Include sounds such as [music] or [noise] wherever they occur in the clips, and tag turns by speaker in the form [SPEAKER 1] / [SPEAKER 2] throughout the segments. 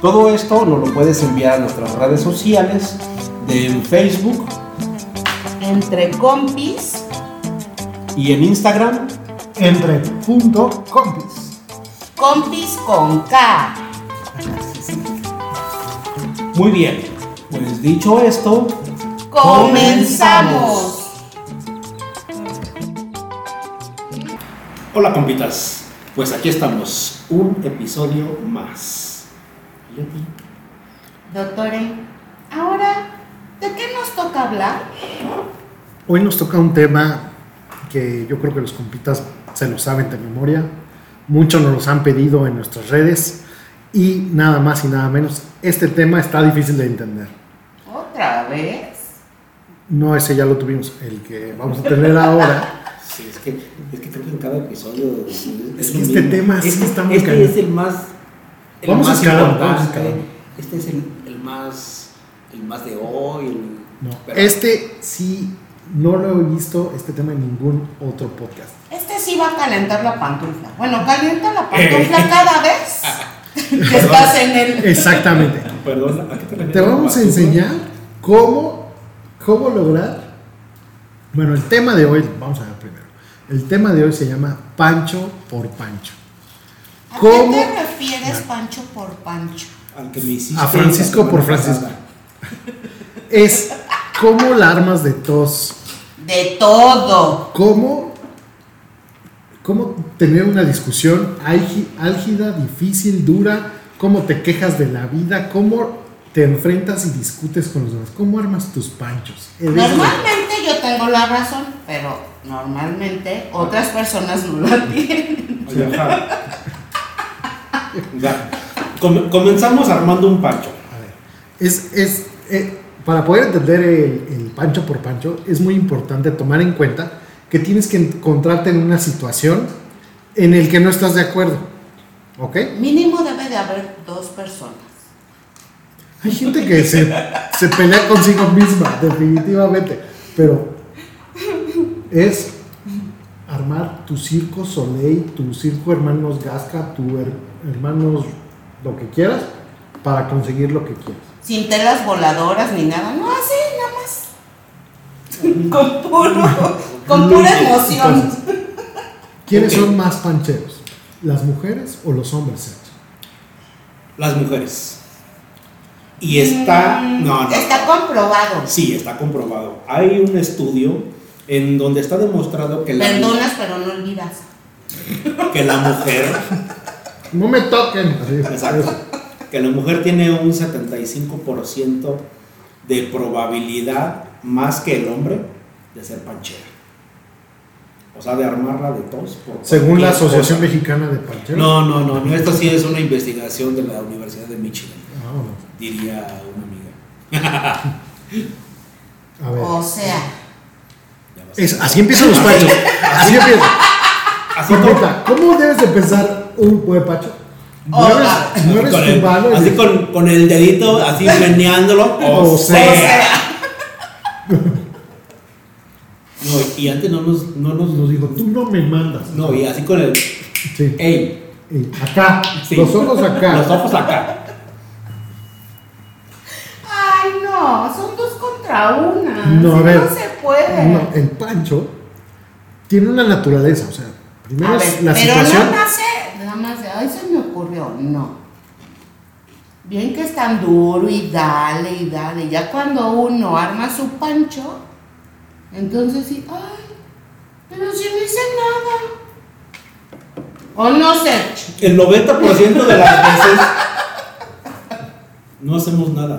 [SPEAKER 1] Todo esto nos lo puedes enviar a nuestras redes sociales de en Facebook
[SPEAKER 2] Entre compis.
[SPEAKER 1] y en Instagram
[SPEAKER 3] Entre punto compis.
[SPEAKER 2] Compis con K.
[SPEAKER 1] Muy bien, pues dicho esto,
[SPEAKER 2] ¡Comenzamos!
[SPEAKER 1] Hola compitas, pues aquí estamos, un episodio más. Leti,
[SPEAKER 2] Doctore, ahora, ¿de qué nos toca hablar?
[SPEAKER 3] Hoy nos toca un tema que yo creo que los compitas se lo saben de memoria. Muchos nos los han pedido en nuestras redes. Y nada más y nada menos, este tema está difícil de entender.
[SPEAKER 2] ¿Otra vez?
[SPEAKER 3] No, ese ya lo tuvimos. El que vamos a tener ahora.
[SPEAKER 4] Sí, es que, es que creo que en cada episodio.
[SPEAKER 3] Es
[SPEAKER 4] Es, es
[SPEAKER 3] que
[SPEAKER 4] lo
[SPEAKER 3] este
[SPEAKER 4] mismo.
[SPEAKER 3] tema sí
[SPEAKER 4] Este-
[SPEAKER 3] está muy
[SPEAKER 4] Este
[SPEAKER 3] cañón.
[SPEAKER 4] es el más. El
[SPEAKER 3] Vamos
[SPEAKER 4] más
[SPEAKER 3] escalando,
[SPEAKER 4] importante,
[SPEAKER 3] vamos escalando.
[SPEAKER 4] Este es el, el más. El más de hoy. el-
[SPEAKER 3] No,
[SPEAKER 4] pero-
[SPEAKER 3] este sí, no lo he visto, este tema en ningún otro podcast.
[SPEAKER 2] Este sí va a calentar la pantufla. Bueno, calienta la
[SPEAKER 3] Eh.
[SPEAKER 2] pantufla cada
[SPEAKER 3] [laughs]
[SPEAKER 2] vez que estás en el...
[SPEAKER 3] Exactamente.
[SPEAKER 4] Perdón, ¿a qué te refieres?
[SPEAKER 3] Te vamos a enseñar cómo, cómo lograr. Bueno, el tema de hoy, vamos a ver primero. El tema de hoy se llama Pancho por Pancho.
[SPEAKER 2] ¿A
[SPEAKER 3] ¿Cómo?
[SPEAKER 2] qué te refieres, Pancho, por Pancho?
[SPEAKER 4] Al que me hiciste
[SPEAKER 3] A Francisco
[SPEAKER 4] la
[SPEAKER 3] por
[SPEAKER 4] semana
[SPEAKER 3] Francisco.
[SPEAKER 4] pasada.
[SPEAKER 3] Es cómo la armas de tos,
[SPEAKER 2] De todo.
[SPEAKER 3] cómo, cómo tener una discusión álgi- álgida, difícil, dura, cómo te quejas de la vida, cómo te enfrentas y discutes con los demás, cómo armas tus panchos. Eh, Eres-
[SPEAKER 2] Normalmente yo tengo la razón, pero normalmente otras personas no la tienen.
[SPEAKER 1] Oye, ajá.
[SPEAKER 4] [laughs]
[SPEAKER 1] Ya. Com- comenzamos armando un pancho.
[SPEAKER 3] A ver, es, es, eh, para poder entender el, el pancho por pancho, es muy importante tomar en cuenta que tienes que encontrarte en una situación en el que no estás de acuerdo. ¿Ok?
[SPEAKER 2] Mínimo debe de haber dos personas.
[SPEAKER 3] Hay gente que se, se pelea consigo misma, definitivamente. Pero es armar tu circo Soleil, tu circo hermanos Gasca, tu her- hermanos lo que quieras, para conseguir lo que quieras.
[SPEAKER 2] Sin telas voladoras ni nada. No, así, nada más. Con puro, con pura emoción.
[SPEAKER 3] Entonces, ¿Quiénes son más pancheros? ¿Las mujeres o los hombres, Sergio?
[SPEAKER 1] Las mujeres. Y está...
[SPEAKER 2] Mm,
[SPEAKER 1] No, no.
[SPEAKER 2] Está comprobado.
[SPEAKER 1] Sí, está comprobado. Hay un estudio en donde está demostrado que la,
[SPEAKER 2] Perdonas, pero no olvidas.
[SPEAKER 1] que la mujer...
[SPEAKER 3] No me toquen. Así,
[SPEAKER 1] Exacto. Que la mujer tiene un 75% de probabilidad más que el hombre de ser panchera. O sea, de armarla de tos. por
[SPEAKER 3] Según
[SPEAKER 1] cualquier
[SPEAKER 3] la Asociación
[SPEAKER 1] cosa.
[SPEAKER 3] Mexicana de Pancheros.
[SPEAKER 1] No, no, no, no. Esto sí es una investigación de la Universidad de Michigan,
[SPEAKER 3] Ah, bueno.
[SPEAKER 1] diría una amiga.
[SPEAKER 3] A ver.
[SPEAKER 2] O sea,
[SPEAKER 1] Ya vas.
[SPEAKER 3] Es- así empiezan
[SPEAKER 1] [laughs]
[SPEAKER 3] los panchos. Así empiezan.
[SPEAKER 1] Así
[SPEAKER 3] [laughs] Por
[SPEAKER 1] con,
[SPEAKER 3] neta, ¿Cómo debes de pensar un buen pancho? Mueves,
[SPEAKER 2] Hola.
[SPEAKER 3] mueves
[SPEAKER 1] con
[SPEAKER 3] tu mano
[SPEAKER 1] el,
[SPEAKER 3] y-
[SPEAKER 1] así con, con el dedito, así meneándolo.
[SPEAKER 3] [laughs] O sea.
[SPEAKER 1] No, y antes no nos, no nos,
[SPEAKER 3] nos dijo, tú no me mandas.
[SPEAKER 1] No, y así con el.
[SPEAKER 3] Sí.
[SPEAKER 1] ¡Ey!
[SPEAKER 3] Y acá,
[SPEAKER 1] Sí.
[SPEAKER 3] los ojos acá.
[SPEAKER 1] Los ojos acá.
[SPEAKER 2] ay no, son dos contra una.
[SPEAKER 3] No, a
[SPEAKER 2] Sí,
[SPEAKER 3] ver.
[SPEAKER 2] no se puede.
[SPEAKER 3] No, el pancho tiene una naturaleza, o sea, primero
[SPEAKER 2] A
[SPEAKER 3] es
[SPEAKER 2] ver,
[SPEAKER 3] la
[SPEAKER 2] pero eh,
[SPEAKER 3] situación.
[SPEAKER 2] no nace nada más de, ay, se me ocurrió. No. Bien que es tan duro y dale y dale. Ya cuando uno arma su pancho, entonces sí, ay, pero si no hice nada. O no sé,
[SPEAKER 4] El 90% de las veces no hacemos nada.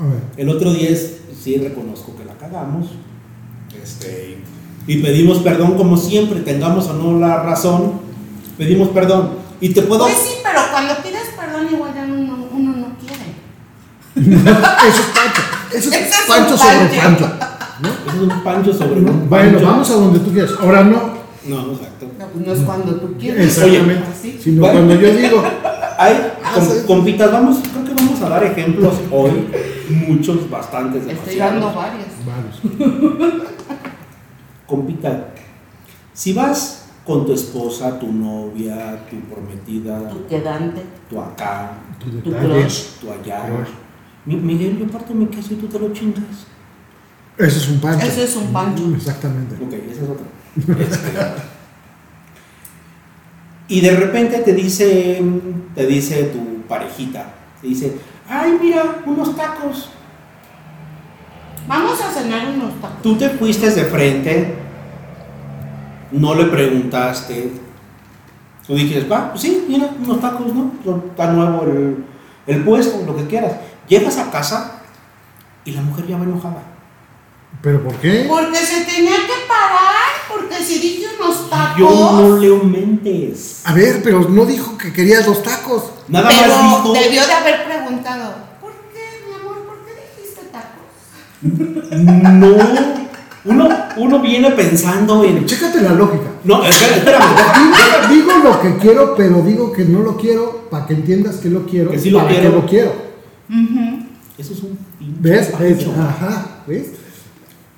[SPEAKER 3] A ver,
[SPEAKER 4] El otro 10 sí reconozco que la cagamos. Este, y pedimos perdón como siempre, tengamos o no la razón, pedimos perdón. Y te puedo...
[SPEAKER 2] Pues sí, pero cuando pides perdón igual ya uno, uno no quiere.
[SPEAKER 3] eso es pancho. Eso
[SPEAKER 2] Ese
[SPEAKER 3] es
[SPEAKER 2] es un
[SPEAKER 3] pancho sobre
[SPEAKER 2] pancho.
[SPEAKER 3] pancho.
[SPEAKER 4] Eso es un pancho sobre
[SPEAKER 3] ¿no?
[SPEAKER 4] un
[SPEAKER 3] Bueno,
[SPEAKER 4] pancho.
[SPEAKER 3] vamos a donde tú quieras. Ahora no.
[SPEAKER 4] No, no, exacto.
[SPEAKER 2] No, pues no es cuando tú quieres.
[SPEAKER 3] Exactamente.
[SPEAKER 2] Así.
[SPEAKER 3] Sino
[SPEAKER 4] Bueno.
[SPEAKER 3] cuando yo digo, [laughs]
[SPEAKER 4] Hay,
[SPEAKER 3] Ah,
[SPEAKER 4] com-
[SPEAKER 3] sí.
[SPEAKER 4] compitas, vamos, creo que vamos a dar ejemplos hoy, muchos, bastantes,
[SPEAKER 2] Estoy
[SPEAKER 4] demasiados.
[SPEAKER 2] dando varias.
[SPEAKER 3] varios.
[SPEAKER 4] Compita, si vas con tu esposa, tu novia, tu prometida,
[SPEAKER 2] Tu quedante,
[SPEAKER 4] tu acá,
[SPEAKER 3] Tu
[SPEAKER 2] Tu
[SPEAKER 3] detalle.
[SPEAKER 2] crush.
[SPEAKER 4] tu allá,
[SPEAKER 3] Crush.
[SPEAKER 4] Mi- Miguel, yo parto mi queso y tú te lo chingas.
[SPEAKER 3] Eso es un pancho.
[SPEAKER 2] Eso es un pancho.
[SPEAKER 3] Mm, Exactamente.
[SPEAKER 4] Ok, esa es otra. Este, [laughs] y de repente te dice, te dice tu parejita, te dice, ay mira, unos tacos.
[SPEAKER 2] Vamos a cenar unos tacos.
[SPEAKER 4] Tú te fuiste de frente, no le preguntaste. Tú dijiste, va, pues sí, mira, unos tacos, ¿no? Está nuevo el, el puesto, lo que quieras. Llegas a casa y la mujer ya va enojada.
[SPEAKER 3] ¿Pero por qué?
[SPEAKER 2] Porque se tenía que parar, porque si dije unos tacos.
[SPEAKER 4] Yo no le aumentes.
[SPEAKER 3] A ver, pero no dijo que querías los tacos.
[SPEAKER 4] Nada más
[SPEAKER 2] pero
[SPEAKER 4] dijo.
[SPEAKER 2] debió de haber preguntado, ¿por qué, mi amor? ¿Por qué dijiste tacos?
[SPEAKER 4] No. Uno, uno viene pensando en.
[SPEAKER 3] Chécate la lógica.
[SPEAKER 4] No, espera- espérame, deja-
[SPEAKER 3] Digo, digo lo que quiero, pero digo que no lo quiero para que entiendas que lo quiero.
[SPEAKER 4] Que sí lo
[SPEAKER 3] para
[SPEAKER 4] quiero.
[SPEAKER 3] que lo quiero.
[SPEAKER 4] Eso es un pinche
[SPEAKER 3] ¿Ves? ¿Ves?
[SPEAKER 4] pancho.
[SPEAKER 3] Ajá, ¿ves?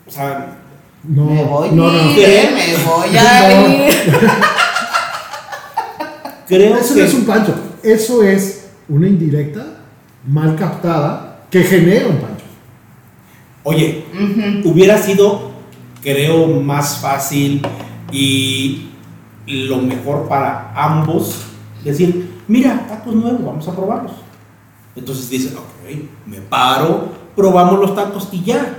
[SPEAKER 4] O sea,
[SPEAKER 3] No,
[SPEAKER 2] me voy
[SPEAKER 3] no,
[SPEAKER 2] a
[SPEAKER 3] no.
[SPEAKER 2] ir, eh, me voy a
[SPEAKER 3] No.
[SPEAKER 2] ir.
[SPEAKER 4] creo
[SPEAKER 3] Eso
[SPEAKER 4] que.
[SPEAKER 3] no es un pancho. Eso es una indirecta mal captada que genera un pancho.
[SPEAKER 4] Oye,
[SPEAKER 2] Ujú.
[SPEAKER 4] hubiera sido, creo, más fácil y lo mejor para ambos decir: Mira, tacos nuevos, vamos a probarlos. Entonces dice, Ok, me paro, probamos los tacos y ya.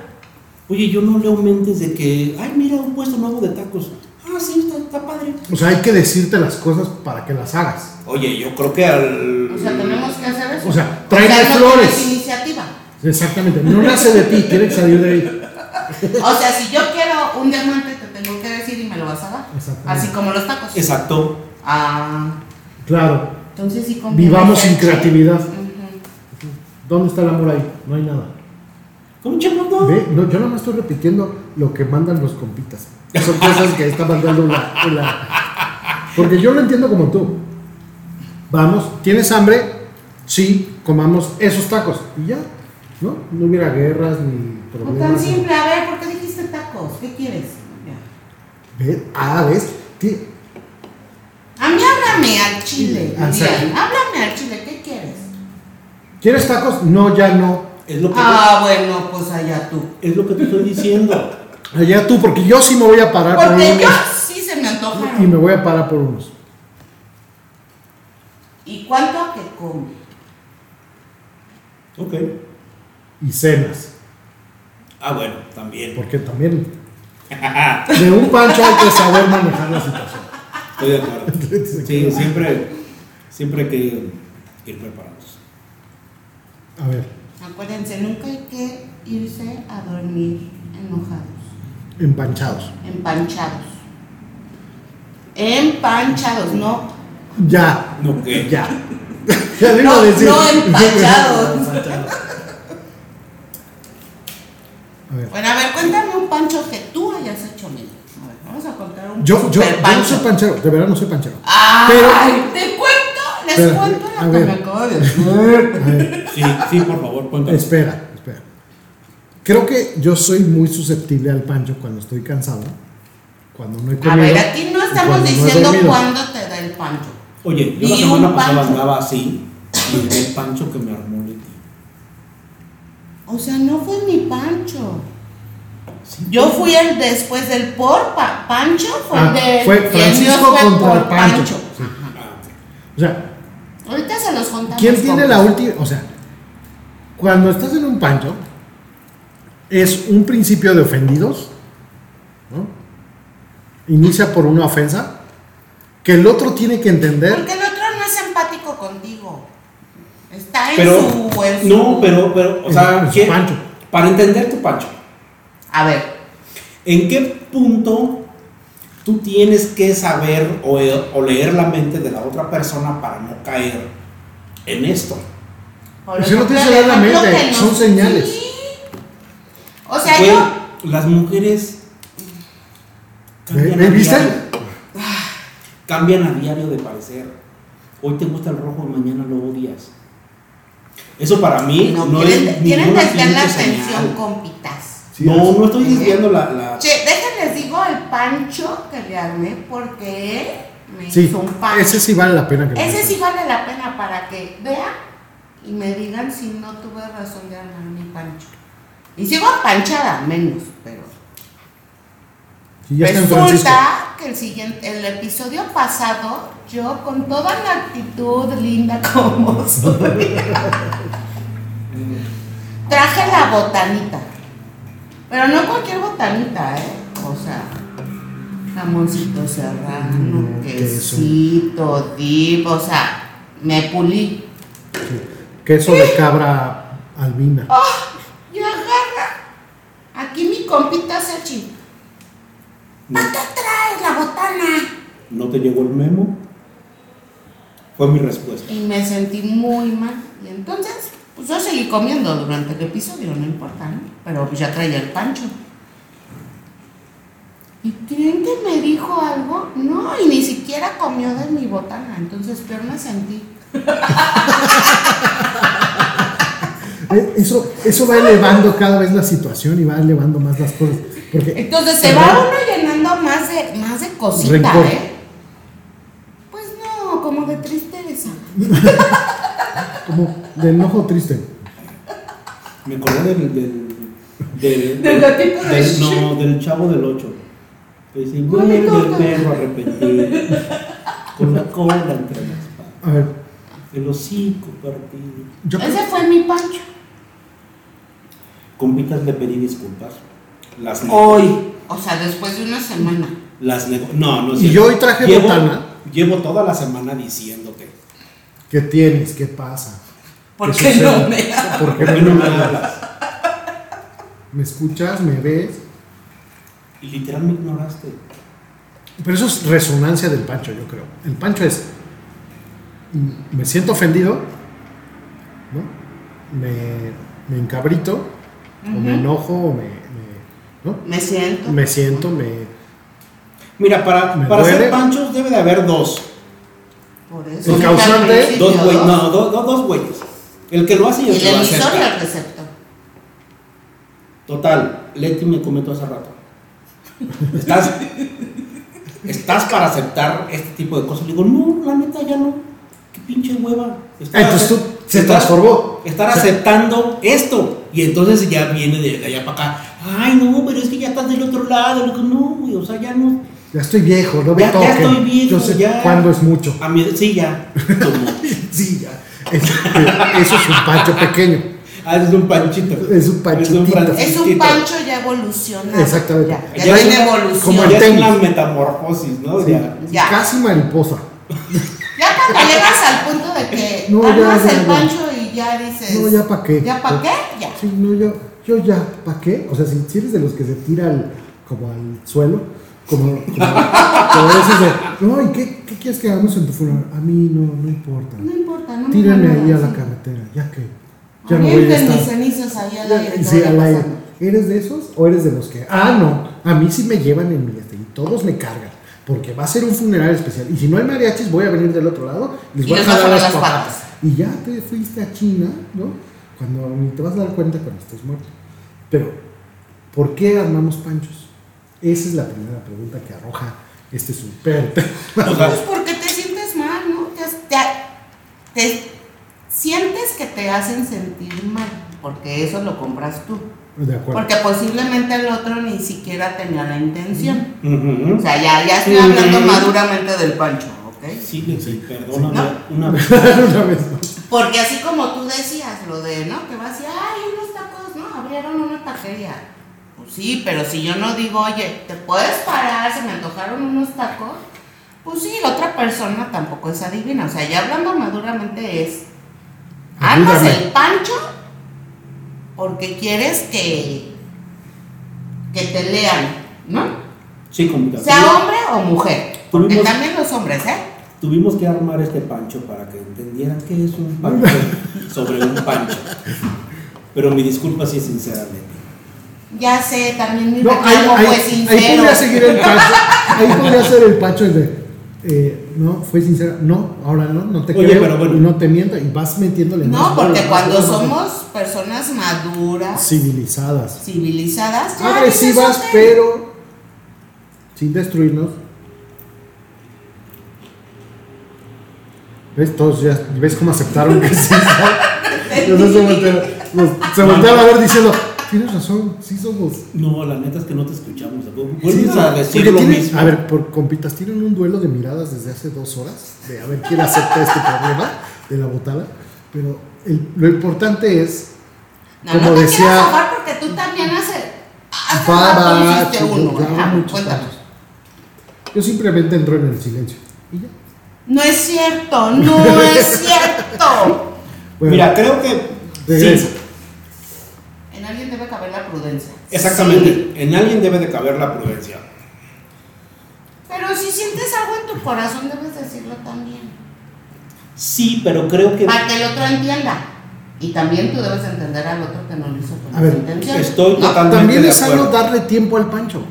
[SPEAKER 4] Oye, yo no le aumentes de que, ay, mira, un puesto nuevo de tacos. Ah, sí, está, está padre.
[SPEAKER 3] O sea, hay que decirte las cosas para que las hagas.
[SPEAKER 4] Oye, yo creo que al.
[SPEAKER 2] O sea, tenemos que hacer eso.
[SPEAKER 3] O sea, tráeme
[SPEAKER 2] no
[SPEAKER 3] flores.
[SPEAKER 2] tienes iniciativa.
[SPEAKER 3] Exactamente. No nace de ti, tiene que salir de ahí.
[SPEAKER 2] O sea, si yo quiero un diamante, te tengo que decir y me lo vas a dar.
[SPEAKER 3] Exactamente.
[SPEAKER 2] Así como los tacos.
[SPEAKER 4] Exacto.
[SPEAKER 2] Ah,
[SPEAKER 3] Claro.
[SPEAKER 2] entonces sí conviene
[SPEAKER 3] Vivamos
[SPEAKER 2] ser
[SPEAKER 3] sin
[SPEAKER 2] che.
[SPEAKER 3] creatividad.
[SPEAKER 2] Ujú.
[SPEAKER 3] ¿Dónde está el amor ahí? No hay nada.
[SPEAKER 4] ¿Cómo chingado?
[SPEAKER 3] Ve, no, yo nada más estoy repitiendo lo que mandan los compitas. Son cosas que está mandando la, la- Porque yo lo entiendo como tú. Vamos, ¿tienes hambre? Sí, comamos esos tacos. Y ya, ¿no? No hubiera guerras ni
[SPEAKER 2] O tan
[SPEAKER 3] problemas.
[SPEAKER 2] simple, a ver, ¿por qué dijiste tacos? ¿Qué quieres? Ya.
[SPEAKER 3] Ve, ah, ¿ves? Ti-
[SPEAKER 2] A mí háblame al chile.
[SPEAKER 3] Ah, sí.
[SPEAKER 2] dirían, háblame al chile, ¿qué quieres?
[SPEAKER 3] ¿Quieres tacos? No, ya no.
[SPEAKER 4] Es lo que,
[SPEAKER 2] Ah, bueno, pues allá tú.
[SPEAKER 4] es lo que te estoy diciendo.
[SPEAKER 3] Allá tú, porque yo sí me voy a parar por
[SPEAKER 2] Porque yo
[SPEAKER 3] unos.
[SPEAKER 2] sí se me
[SPEAKER 3] Ah, pues Y
[SPEAKER 2] antojaron.
[SPEAKER 3] me voy a parar por unos.
[SPEAKER 2] ¿Y cuánto a que come?
[SPEAKER 4] ok.
[SPEAKER 3] Y cenas.
[SPEAKER 4] Ah, bueno, también.
[SPEAKER 3] [laughs] Porque también. De un pancho hay que saber manejar la situación.
[SPEAKER 4] Estoy de acuerdo. Sí, siempre, siempre hay que ir preparados.
[SPEAKER 3] A ver,
[SPEAKER 2] Acuérdense, nunca hay que irse a dormir enojados.
[SPEAKER 3] empanchados.
[SPEAKER 2] Empanchados. Empanchados, no.
[SPEAKER 3] Ya,
[SPEAKER 4] No, que
[SPEAKER 3] ya. [laughs] Ya le iba
[SPEAKER 2] No,
[SPEAKER 3] a decir.
[SPEAKER 2] no empachados.
[SPEAKER 3] [laughs] Empachados. A ver.
[SPEAKER 2] Bueno, a ver, cuéntame un pancho que tú hayas hecho, Miguel. A ver, vamos a contar un
[SPEAKER 3] Yo, yo,
[SPEAKER 2] super
[SPEAKER 3] yo no
[SPEAKER 2] pancho.
[SPEAKER 3] soy panchero, de verdad no soy panchero.
[SPEAKER 2] Ay, te cuento, les
[SPEAKER 3] Pero,
[SPEAKER 2] cuento
[SPEAKER 3] a
[SPEAKER 2] lo que
[SPEAKER 3] ver.
[SPEAKER 2] me acabo de decir.
[SPEAKER 4] Sí, sí, por favor, cuéntanos.
[SPEAKER 3] Espera, espera. Creo que yo soy muy susceptible al pancho cuando estoy cansado, cuando no he comido.
[SPEAKER 2] A ver, aquí no
[SPEAKER 3] y
[SPEAKER 2] estamos
[SPEAKER 3] cuando he
[SPEAKER 2] diciendo
[SPEAKER 3] dormido.
[SPEAKER 2] cuándo te da el pancho.
[SPEAKER 4] Oye, yo la
[SPEAKER 2] Y
[SPEAKER 4] semana
[SPEAKER 2] un
[SPEAKER 4] pasada
[SPEAKER 2] pancho.
[SPEAKER 4] andaba así y vi el pancho que me armó de ti.
[SPEAKER 2] O sea, no fue mi pancho. Yo fui el después del por pa- pancho, fue
[SPEAKER 3] pues. Ah,
[SPEAKER 2] el de.
[SPEAKER 3] fue
[SPEAKER 2] y el mío
[SPEAKER 3] Francisco
[SPEAKER 2] fue
[SPEAKER 3] contra
[SPEAKER 2] por
[SPEAKER 3] el pancho.
[SPEAKER 4] Ah,
[SPEAKER 3] O sea,
[SPEAKER 2] Ahorita se los contamos.
[SPEAKER 3] ¿quién tiene
[SPEAKER 2] cómo.
[SPEAKER 3] la última? O sea, Cuando estás en un pancho, es un principio de ofendidos, ¿no? Inicia por una ofensa que el otro tiene que entender.
[SPEAKER 2] Porque el otro no es empático contigo. Está en
[SPEAKER 4] Pero,
[SPEAKER 2] su, en su-
[SPEAKER 4] no, pero, pero, o
[SPEAKER 3] En- en
[SPEAKER 4] sea,
[SPEAKER 3] su
[SPEAKER 4] ¿quién-
[SPEAKER 3] pancho.
[SPEAKER 4] para entender tu pancho,
[SPEAKER 2] A ver,
[SPEAKER 4] ¿en qué punto tú tienes que saber o, o leer la mente de la otra persona para no caer en esto?
[SPEAKER 2] por
[SPEAKER 3] Pues Si no
[SPEAKER 2] ejemplo,
[SPEAKER 3] te sale
[SPEAKER 2] el
[SPEAKER 3] la
[SPEAKER 2] ejemplo
[SPEAKER 3] mente,
[SPEAKER 2] que nos-
[SPEAKER 3] son señales.
[SPEAKER 2] Sí. O sea,
[SPEAKER 4] Güey,
[SPEAKER 2] yo
[SPEAKER 4] las mujeres
[SPEAKER 3] ¿Ve-
[SPEAKER 4] cambian
[SPEAKER 3] ve-
[SPEAKER 4] a
[SPEAKER 3] ¿Viste?
[SPEAKER 4] diario. cambian a diario de parecer. Hoy te gusta el rojo, mañana lo odias. Eso para mí no,
[SPEAKER 2] No, quieren,
[SPEAKER 4] es
[SPEAKER 2] quieren
[SPEAKER 4] ninguna
[SPEAKER 2] desviar la
[SPEAKER 4] pinche señal.
[SPEAKER 2] atención, compitas.
[SPEAKER 3] Sí,
[SPEAKER 4] No,
[SPEAKER 3] es-
[SPEAKER 4] no estoy desviando la, la-
[SPEAKER 2] Che, déjenles digo el pancho que le armé porque él me
[SPEAKER 3] Sí,
[SPEAKER 2] hizo un pancho.
[SPEAKER 3] ese sí vale la pena que lo
[SPEAKER 2] Ese
[SPEAKER 3] veas.
[SPEAKER 2] sí vale la pena para que vean y me digan si no tuve razón de armar mi pancho. Y sigo panchada, menos, pero.
[SPEAKER 3] Sí, ya está en Francisco.
[SPEAKER 2] Resulta que el siguiente, el episodio pasado, yo con toda la actitud linda como [laughs] soy, traje la botanita. Pero no cualquier botanita, ¿eh? O sea, jamoncito serrano,
[SPEAKER 3] Mm, queso.
[SPEAKER 2] quesito, dip, o sea, me pulí.
[SPEAKER 3] Queso de cabra albina.
[SPEAKER 2] Yo agarra. Aquí mi compita Sachi.
[SPEAKER 4] no,
[SPEAKER 2] ¿Para qué traes la botana?
[SPEAKER 4] no te llegó el memo. Fue mi respuesta.
[SPEAKER 2] Y me sentí muy mal. Y entonces, pues yo seguí comiendo durante el episodio, no importa, ¿no? Pero pues ya traía el pancho. ¿Y creen que me dijo algo? No, y ni siquiera comió de mi botana. Entonces, peor me sentí.
[SPEAKER 3] Eh, Eso, eso va elevando cada vez la situación y va elevando más las cosas. Porque
[SPEAKER 2] Entonces, se va uno llenando más de, más de cosita,
[SPEAKER 3] Rencor.
[SPEAKER 2] ¿eh? Pues no, como de tristeza.
[SPEAKER 3] como de enojo triste.
[SPEAKER 4] Me acordé del. del,
[SPEAKER 2] [laughs]
[SPEAKER 4] del,
[SPEAKER 2] Del gatito de
[SPEAKER 4] del- No, del chavo del 8. Que dice:
[SPEAKER 2] Güey,
[SPEAKER 4] "Vuelve
[SPEAKER 2] no,
[SPEAKER 4] el
[SPEAKER 2] no".
[SPEAKER 4] perro arrepentido. Con la cola entre las patas.
[SPEAKER 3] A ver,
[SPEAKER 4] El hocico partido.
[SPEAKER 3] yo creo-
[SPEAKER 2] Ese fue mi pancho.
[SPEAKER 4] Compitas le pedí disculpas. Las negó.
[SPEAKER 2] Hoy. O sea, después de una semana.
[SPEAKER 4] Las negó. No, no es
[SPEAKER 3] Y
[SPEAKER 4] cierto.
[SPEAKER 3] yo hoy traje
[SPEAKER 4] llevo,
[SPEAKER 3] botana.
[SPEAKER 4] Llevo toda la semana diciéndote.
[SPEAKER 3] ¿Qué tienes? ¿Qué pasa?
[SPEAKER 2] ¿Por
[SPEAKER 3] ¿Qué
[SPEAKER 2] qué no
[SPEAKER 3] sucede?
[SPEAKER 2] me
[SPEAKER 3] ¿Por
[SPEAKER 4] ¿Por qué no me hablas?
[SPEAKER 3] ¿Me escuchas? ¿Me ves?
[SPEAKER 4] Y literal me ignoraste.
[SPEAKER 3] Pero eso es resonancia del Pancho, yo creo. El Pancho es, mm, me siento ofendido, ¿no? Me, me encabrito, o me enojo, o me, me- ¿no?
[SPEAKER 2] Me siento.
[SPEAKER 3] me siento, me...
[SPEAKER 4] Mira, para,
[SPEAKER 3] Me
[SPEAKER 4] para
[SPEAKER 3] duele.
[SPEAKER 4] ser panchos debe de haber dos.
[SPEAKER 2] Por eso.
[SPEAKER 3] El
[SPEAKER 2] Dije
[SPEAKER 3] causante,
[SPEAKER 2] al principio
[SPEAKER 4] Dos güeyes. No, do- do- dos güeyes. El que lo hace y
[SPEAKER 2] Y
[SPEAKER 4] el
[SPEAKER 2] el
[SPEAKER 4] que lo
[SPEAKER 2] emisor y el
[SPEAKER 4] acepta.
[SPEAKER 2] receptor.
[SPEAKER 4] Total, Leti me comentó hace rato. ¿Estás, estás para aceptar este tipo de cosas. Le digo, no, la neta ya no. Qué pinche hueva. Estar
[SPEAKER 3] Ah, entonces tú
[SPEAKER 4] acep-
[SPEAKER 3] se
[SPEAKER 4] estar-
[SPEAKER 3] transformó.
[SPEAKER 4] estar
[SPEAKER 3] O sea,
[SPEAKER 4] aceptando esto. Y entonces ya viene de, de allá para acá. Ay, no, pero es que ya estás del otro lado. Le digo, no, güey, o sea, ya no.
[SPEAKER 3] Ya estoy viejo, no me
[SPEAKER 4] Ya- ya
[SPEAKER 3] toquen.
[SPEAKER 4] estoy viejo,
[SPEAKER 3] Yo sé
[SPEAKER 4] ya.
[SPEAKER 3] cuándo es mucho. [laughs]
[SPEAKER 4] A mí, sí, ya. Como,
[SPEAKER 3] Sí, ya. Es- eso es un Pancho pequeño.
[SPEAKER 4] ah, es un panchito.
[SPEAKER 3] Es un panchitito.
[SPEAKER 4] pan-
[SPEAKER 2] Es un pancho ya evolucionado.
[SPEAKER 3] Exactamente.
[SPEAKER 2] Ya,
[SPEAKER 4] Ya
[SPEAKER 2] ya
[SPEAKER 4] es
[SPEAKER 2] tiene
[SPEAKER 4] una-
[SPEAKER 2] evolución.
[SPEAKER 3] como el
[SPEAKER 4] ya es
[SPEAKER 3] tenis.
[SPEAKER 4] una metamorfosis, ¿no?
[SPEAKER 3] Sí.
[SPEAKER 4] Oh, Ya.
[SPEAKER 2] Ya.
[SPEAKER 3] Casi mariposa.
[SPEAKER 2] Ya cuando llegas al punto de que
[SPEAKER 3] [laughs] No, ya,
[SPEAKER 2] armas
[SPEAKER 3] ya,
[SPEAKER 2] el
[SPEAKER 3] ya.
[SPEAKER 2] pancho y ya dices.
[SPEAKER 3] No, ya pa' qué.
[SPEAKER 2] ¿Ya pa' qué? Ya.
[SPEAKER 3] Sí, no, yo, yo ya, ¿para qué? O sea, si, si eres de los que se tira al, como al suelo, como, como, como esos de, no, ¿y qué, qué quieres que hagamos en tu funeral? A mí no, no importa.
[SPEAKER 2] No importa, no me
[SPEAKER 3] Tírenme
[SPEAKER 2] importa,
[SPEAKER 3] ahí a
[SPEAKER 2] sí.
[SPEAKER 3] la carretera, ya que, ya no voy a
[SPEAKER 2] Avienten mis
[SPEAKER 3] estar.
[SPEAKER 2] cenizas ahí al
[SPEAKER 3] Ya-
[SPEAKER 2] aire. que
[SPEAKER 3] sí,
[SPEAKER 2] vaya
[SPEAKER 3] al aire.
[SPEAKER 2] pasando.
[SPEAKER 3] ¿Eres de esos o eres de los que, ah, no, a mí sí me llevan en mi este, y todos me cargan? Porque va a ser un funeral especial. Y si no hay mariachis, voy a venir del otro lado y les
[SPEAKER 2] Y
[SPEAKER 3] voy a
[SPEAKER 2] les
[SPEAKER 3] jalar
[SPEAKER 2] bajo
[SPEAKER 3] las
[SPEAKER 2] las
[SPEAKER 3] patas.
[SPEAKER 2] patas.
[SPEAKER 3] Y ya te fuiste a China, ¿no? Cuando ni te vas a dar cuenta cuando estés muerto. Pero, ¿por qué armamos panchos? Esa es la primera pregunta que arroja este super. [laughs]
[SPEAKER 4] O
[SPEAKER 2] Pues
[SPEAKER 4] sea,
[SPEAKER 2] porque te sientes mal, ¿no? Te, has- te ha- te sientes que te hacen sentir mal. Porque eso lo compras tú.
[SPEAKER 3] De acuerdo.
[SPEAKER 2] Porque posiblemente el otro ni siquiera tenía la intención.
[SPEAKER 4] ujú.
[SPEAKER 2] O sea, ya, ya estoy hablando maduramente del pancho, ¿ok? ¿ok?
[SPEAKER 4] Sí, Nancy,
[SPEAKER 3] Sí.
[SPEAKER 4] perdóname
[SPEAKER 2] Sí.
[SPEAKER 3] [laughs]
[SPEAKER 4] una vez.
[SPEAKER 3] Una vez más.
[SPEAKER 2] Porque así como tú decías, lo de, ¿no? Que vas y, ay, unos tacos, ¿no? Abrieron una taquería. Pues sí, pero si yo no digo, oye, ¿te puedes parar? Se me antojaron unos tacos. Pues sí, la otra persona tampoco es adivina. O sea, ya hablando maduramente es, armas
[SPEAKER 3] Ayúdame.
[SPEAKER 2] el pancho porque quieres que, que te lean, ¿no?
[SPEAKER 4] Sí, como que
[SPEAKER 2] Sea hombre o mujer. Porque
[SPEAKER 4] Tuvimos-
[SPEAKER 2] también los hombres, ¿eh?
[SPEAKER 4] Tuvimos que armar este pancho para que entendieran qué es un pancho sobre un pancho. Pero mi disculpa sí es sinceramente.
[SPEAKER 2] Ya sé, también mi
[SPEAKER 3] No, ahí,
[SPEAKER 2] reclamo
[SPEAKER 3] ahí-
[SPEAKER 2] fue
[SPEAKER 3] ahí
[SPEAKER 2] pues sincero.
[SPEAKER 3] podría seguir el pancho. Ahí podría ser el pancho el de. eh, no, fue sincera. No, ahora no, no te
[SPEAKER 4] Oye,
[SPEAKER 3] creo.
[SPEAKER 4] pero bueno.
[SPEAKER 3] y no te miento. Y vas metiéndole
[SPEAKER 2] No,
[SPEAKER 3] más bola,
[SPEAKER 2] porque
[SPEAKER 3] más
[SPEAKER 2] cuando
[SPEAKER 3] bola, más bola.
[SPEAKER 2] somos personas maduras,
[SPEAKER 3] Civilizadas.
[SPEAKER 2] civilizadas, ya
[SPEAKER 3] Agresivas,
[SPEAKER 2] dices, "Ok".
[SPEAKER 3] pero. Sin destruirnos. ¿Ves? Todos ya. ¿Ves cómo aceptaron que
[SPEAKER 2] [laughs]
[SPEAKER 3] sí? Entonces se voltearon, los- se voltearon a ver diciendo: Tienes razón, sí somos.
[SPEAKER 4] No, la neta es que no te escuchamos.
[SPEAKER 3] Sí,
[SPEAKER 4] Vuelves a
[SPEAKER 3] porque
[SPEAKER 4] decir lo
[SPEAKER 3] tienen-
[SPEAKER 4] mismo.
[SPEAKER 3] A ver, por compitas, tienen un duelo de miradas desde hace dos horas, de a ver quién acepta este problema de la botada, pero el- lo importante es,
[SPEAKER 2] No,
[SPEAKER 3] como
[SPEAKER 2] no te
[SPEAKER 3] decía-
[SPEAKER 2] quieras ahogar porque tú también haces. Hace
[SPEAKER 3] Va,
[SPEAKER 2] rato
[SPEAKER 3] va,
[SPEAKER 2] Ah, hiciste
[SPEAKER 3] chico,
[SPEAKER 2] uno.
[SPEAKER 3] ya,
[SPEAKER 2] ¿verdad?
[SPEAKER 3] muchos
[SPEAKER 2] Cuéntame.
[SPEAKER 3] años. yo simplemente entro en el silencio. Y ya.
[SPEAKER 2] No es cierto,
[SPEAKER 3] [laughs]
[SPEAKER 2] no es cierto.
[SPEAKER 3] Bueno,
[SPEAKER 4] Mira, creo que.
[SPEAKER 3] regresa.
[SPEAKER 4] sí,
[SPEAKER 2] En alguien debe caber la prudencia.
[SPEAKER 4] exactamente.
[SPEAKER 2] Sí,
[SPEAKER 4] En alguien debe de caber la prudencia.
[SPEAKER 2] pero si sientes algo en tu corazón, debes decirlo también.
[SPEAKER 4] Sí, pero creo que.
[SPEAKER 2] Para que el otro entienda. Y también tú debes entender al otro que no lo hizo con
[SPEAKER 3] A ver,
[SPEAKER 2] esa intención.
[SPEAKER 4] Estoy
[SPEAKER 2] No,
[SPEAKER 4] totalmente.
[SPEAKER 3] Ah, También
[SPEAKER 4] de
[SPEAKER 3] es sano
[SPEAKER 4] acuerdo.
[SPEAKER 3] darle tiempo al pancho.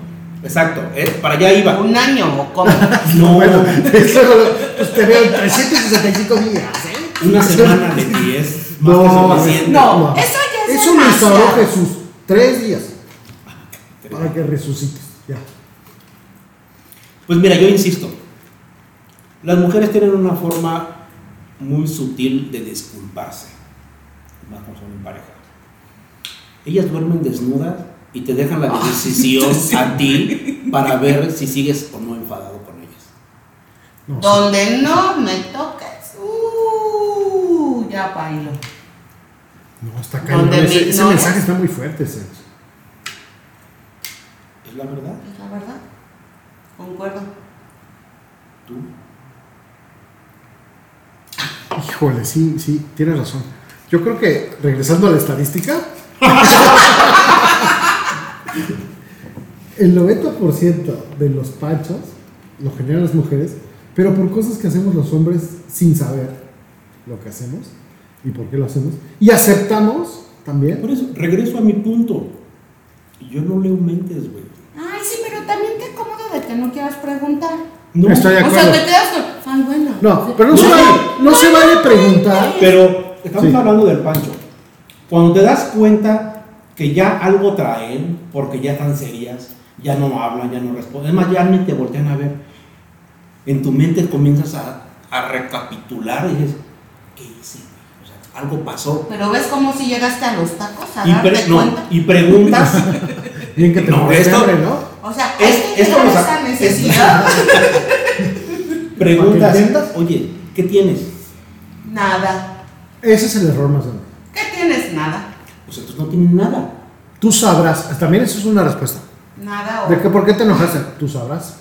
[SPEAKER 4] Exacto, eh, para allá iba.
[SPEAKER 2] Un año o
[SPEAKER 3] [laughs]
[SPEAKER 2] como.
[SPEAKER 4] No,
[SPEAKER 3] Bueno, [laughs] eso lo- pues te veo en 365 días, ¿eh?
[SPEAKER 4] una semana de 10. Más
[SPEAKER 3] No,
[SPEAKER 4] que suficiente.
[SPEAKER 2] No, eso ya es
[SPEAKER 3] Eso lo
[SPEAKER 2] demasiado.
[SPEAKER 3] instauró Jesús. Tres días para que resucites. Ya.
[SPEAKER 4] Pues mira, yo insisto, las mujeres tienen una forma muy sutil de disculparse, más cuando son en pareja. Ellas duermen desnudas y te dejan la
[SPEAKER 3] Ah. [laughs]
[SPEAKER 4] decisión a ti para ver si sigues o no enfadado con ellas.
[SPEAKER 3] No,
[SPEAKER 2] Donde no me toques. Uh, ya bailo.
[SPEAKER 3] No, está cañón.
[SPEAKER 2] Donde
[SPEAKER 3] Ese,
[SPEAKER 2] mi-
[SPEAKER 3] ese
[SPEAKER 2] no,
[SPEAKER 3] mensaje
[SPEAKER 2] es-
[SPEAKER 3] está muy fuerte, Sergio.
[SPEAKER 4] ¿Es la verdad?
[SPEAKER 2] Es la verdad. Concuerdo.
[SPEAKER 4] ¿Tú?
[SPEAKER 3] Híjole, sí, sí, tienes razón. Yo creo que, regresando a la [laughs] estadística, el 90% de los pachos lo generan las mujeres, pero por cosas que hacemos los hombres sin saber lo que hacemos y por qué lo hacemos. Y aceptamos también.
[SPEAKER 4] Por eso, regreso a mi punto. Yo no leo mentes, güey.
[SPEAKER 2] Ay, sí, pero también qué cómodo de que no quieras preguntar.
[SPEAKER 4] No,
[SPEAKER 3] Estoy de
[SPEAKER 2] O sea,
[SPEAKER 3] acuerdo.
[SPEAKER 2] te quedas con. Ay, bueno.
[SPEAKER 3] No, pero no, se
[SPEAKER 4] No,
[SPEAKER 3] vale, no se vale preguntar.
[SPEAKER 4] Pero estamos
[SPEAKER 3] Sí.
[SPEAKER 4] hablando del pancho. Cuando te das cuenta que ya algo traen, porque ya están serias, ya no hablan, ya no responden, es más, ya ni te voltean a ver. En tu mente comienzas a, a recapitular y dices, ¿qué hice? O sea, algo pasó.
[SPEAKER 2] Pero ves cómo si llegaste a los tacos a
[SPEAKER 4] Y,
[SPEAKER 2] darte
[SPEAKER 4] pre- no,
[SPEAKER 2] cuenta. [laughs]
[SPEAKER 4] y preguntas,
[SPEAKER 3] Bien que te
[SPEAKER 4] No,
[SPEAKER 3] moriste
[SPEAKER 4] esto-
[SPEAKER 3] hambre, ¿no?
[SPEAKER 2] O sea,
[SPEAKER 4] Es-
[SPEAKER 2] es, que
[SPEAKER 4] esto
[SPEAKER 2] llegar
[SPEAKER 4] nos
[SPEAKER 2] a
[SPEAKER 4] ha-
[SPEAKER 2] esa
[SPEAKER 4] es-
[SPEAKER 2] necesidad.
[SPEAKER 4] [laughs] preguntas,
[SPEAKER 3] entiendas?
[SPEAKER 4] oye, ¿qué tienes?
[SPEAKER 2] Nada.
[SPEAKER 3] Ese es el error más grande.
[SPEAKER 2] ¿Qué tienes? Nada.
[SPEAKER 4] O sea, tú Pues no tienes nada.
[SPEAKER 3] Tú sabrás. También eso es una respuesta.
[SPEAKER 2] Nada. O,
[SPEAKER 3] ¿De qué, ¿Por qué te enojaste? Tú sabrás.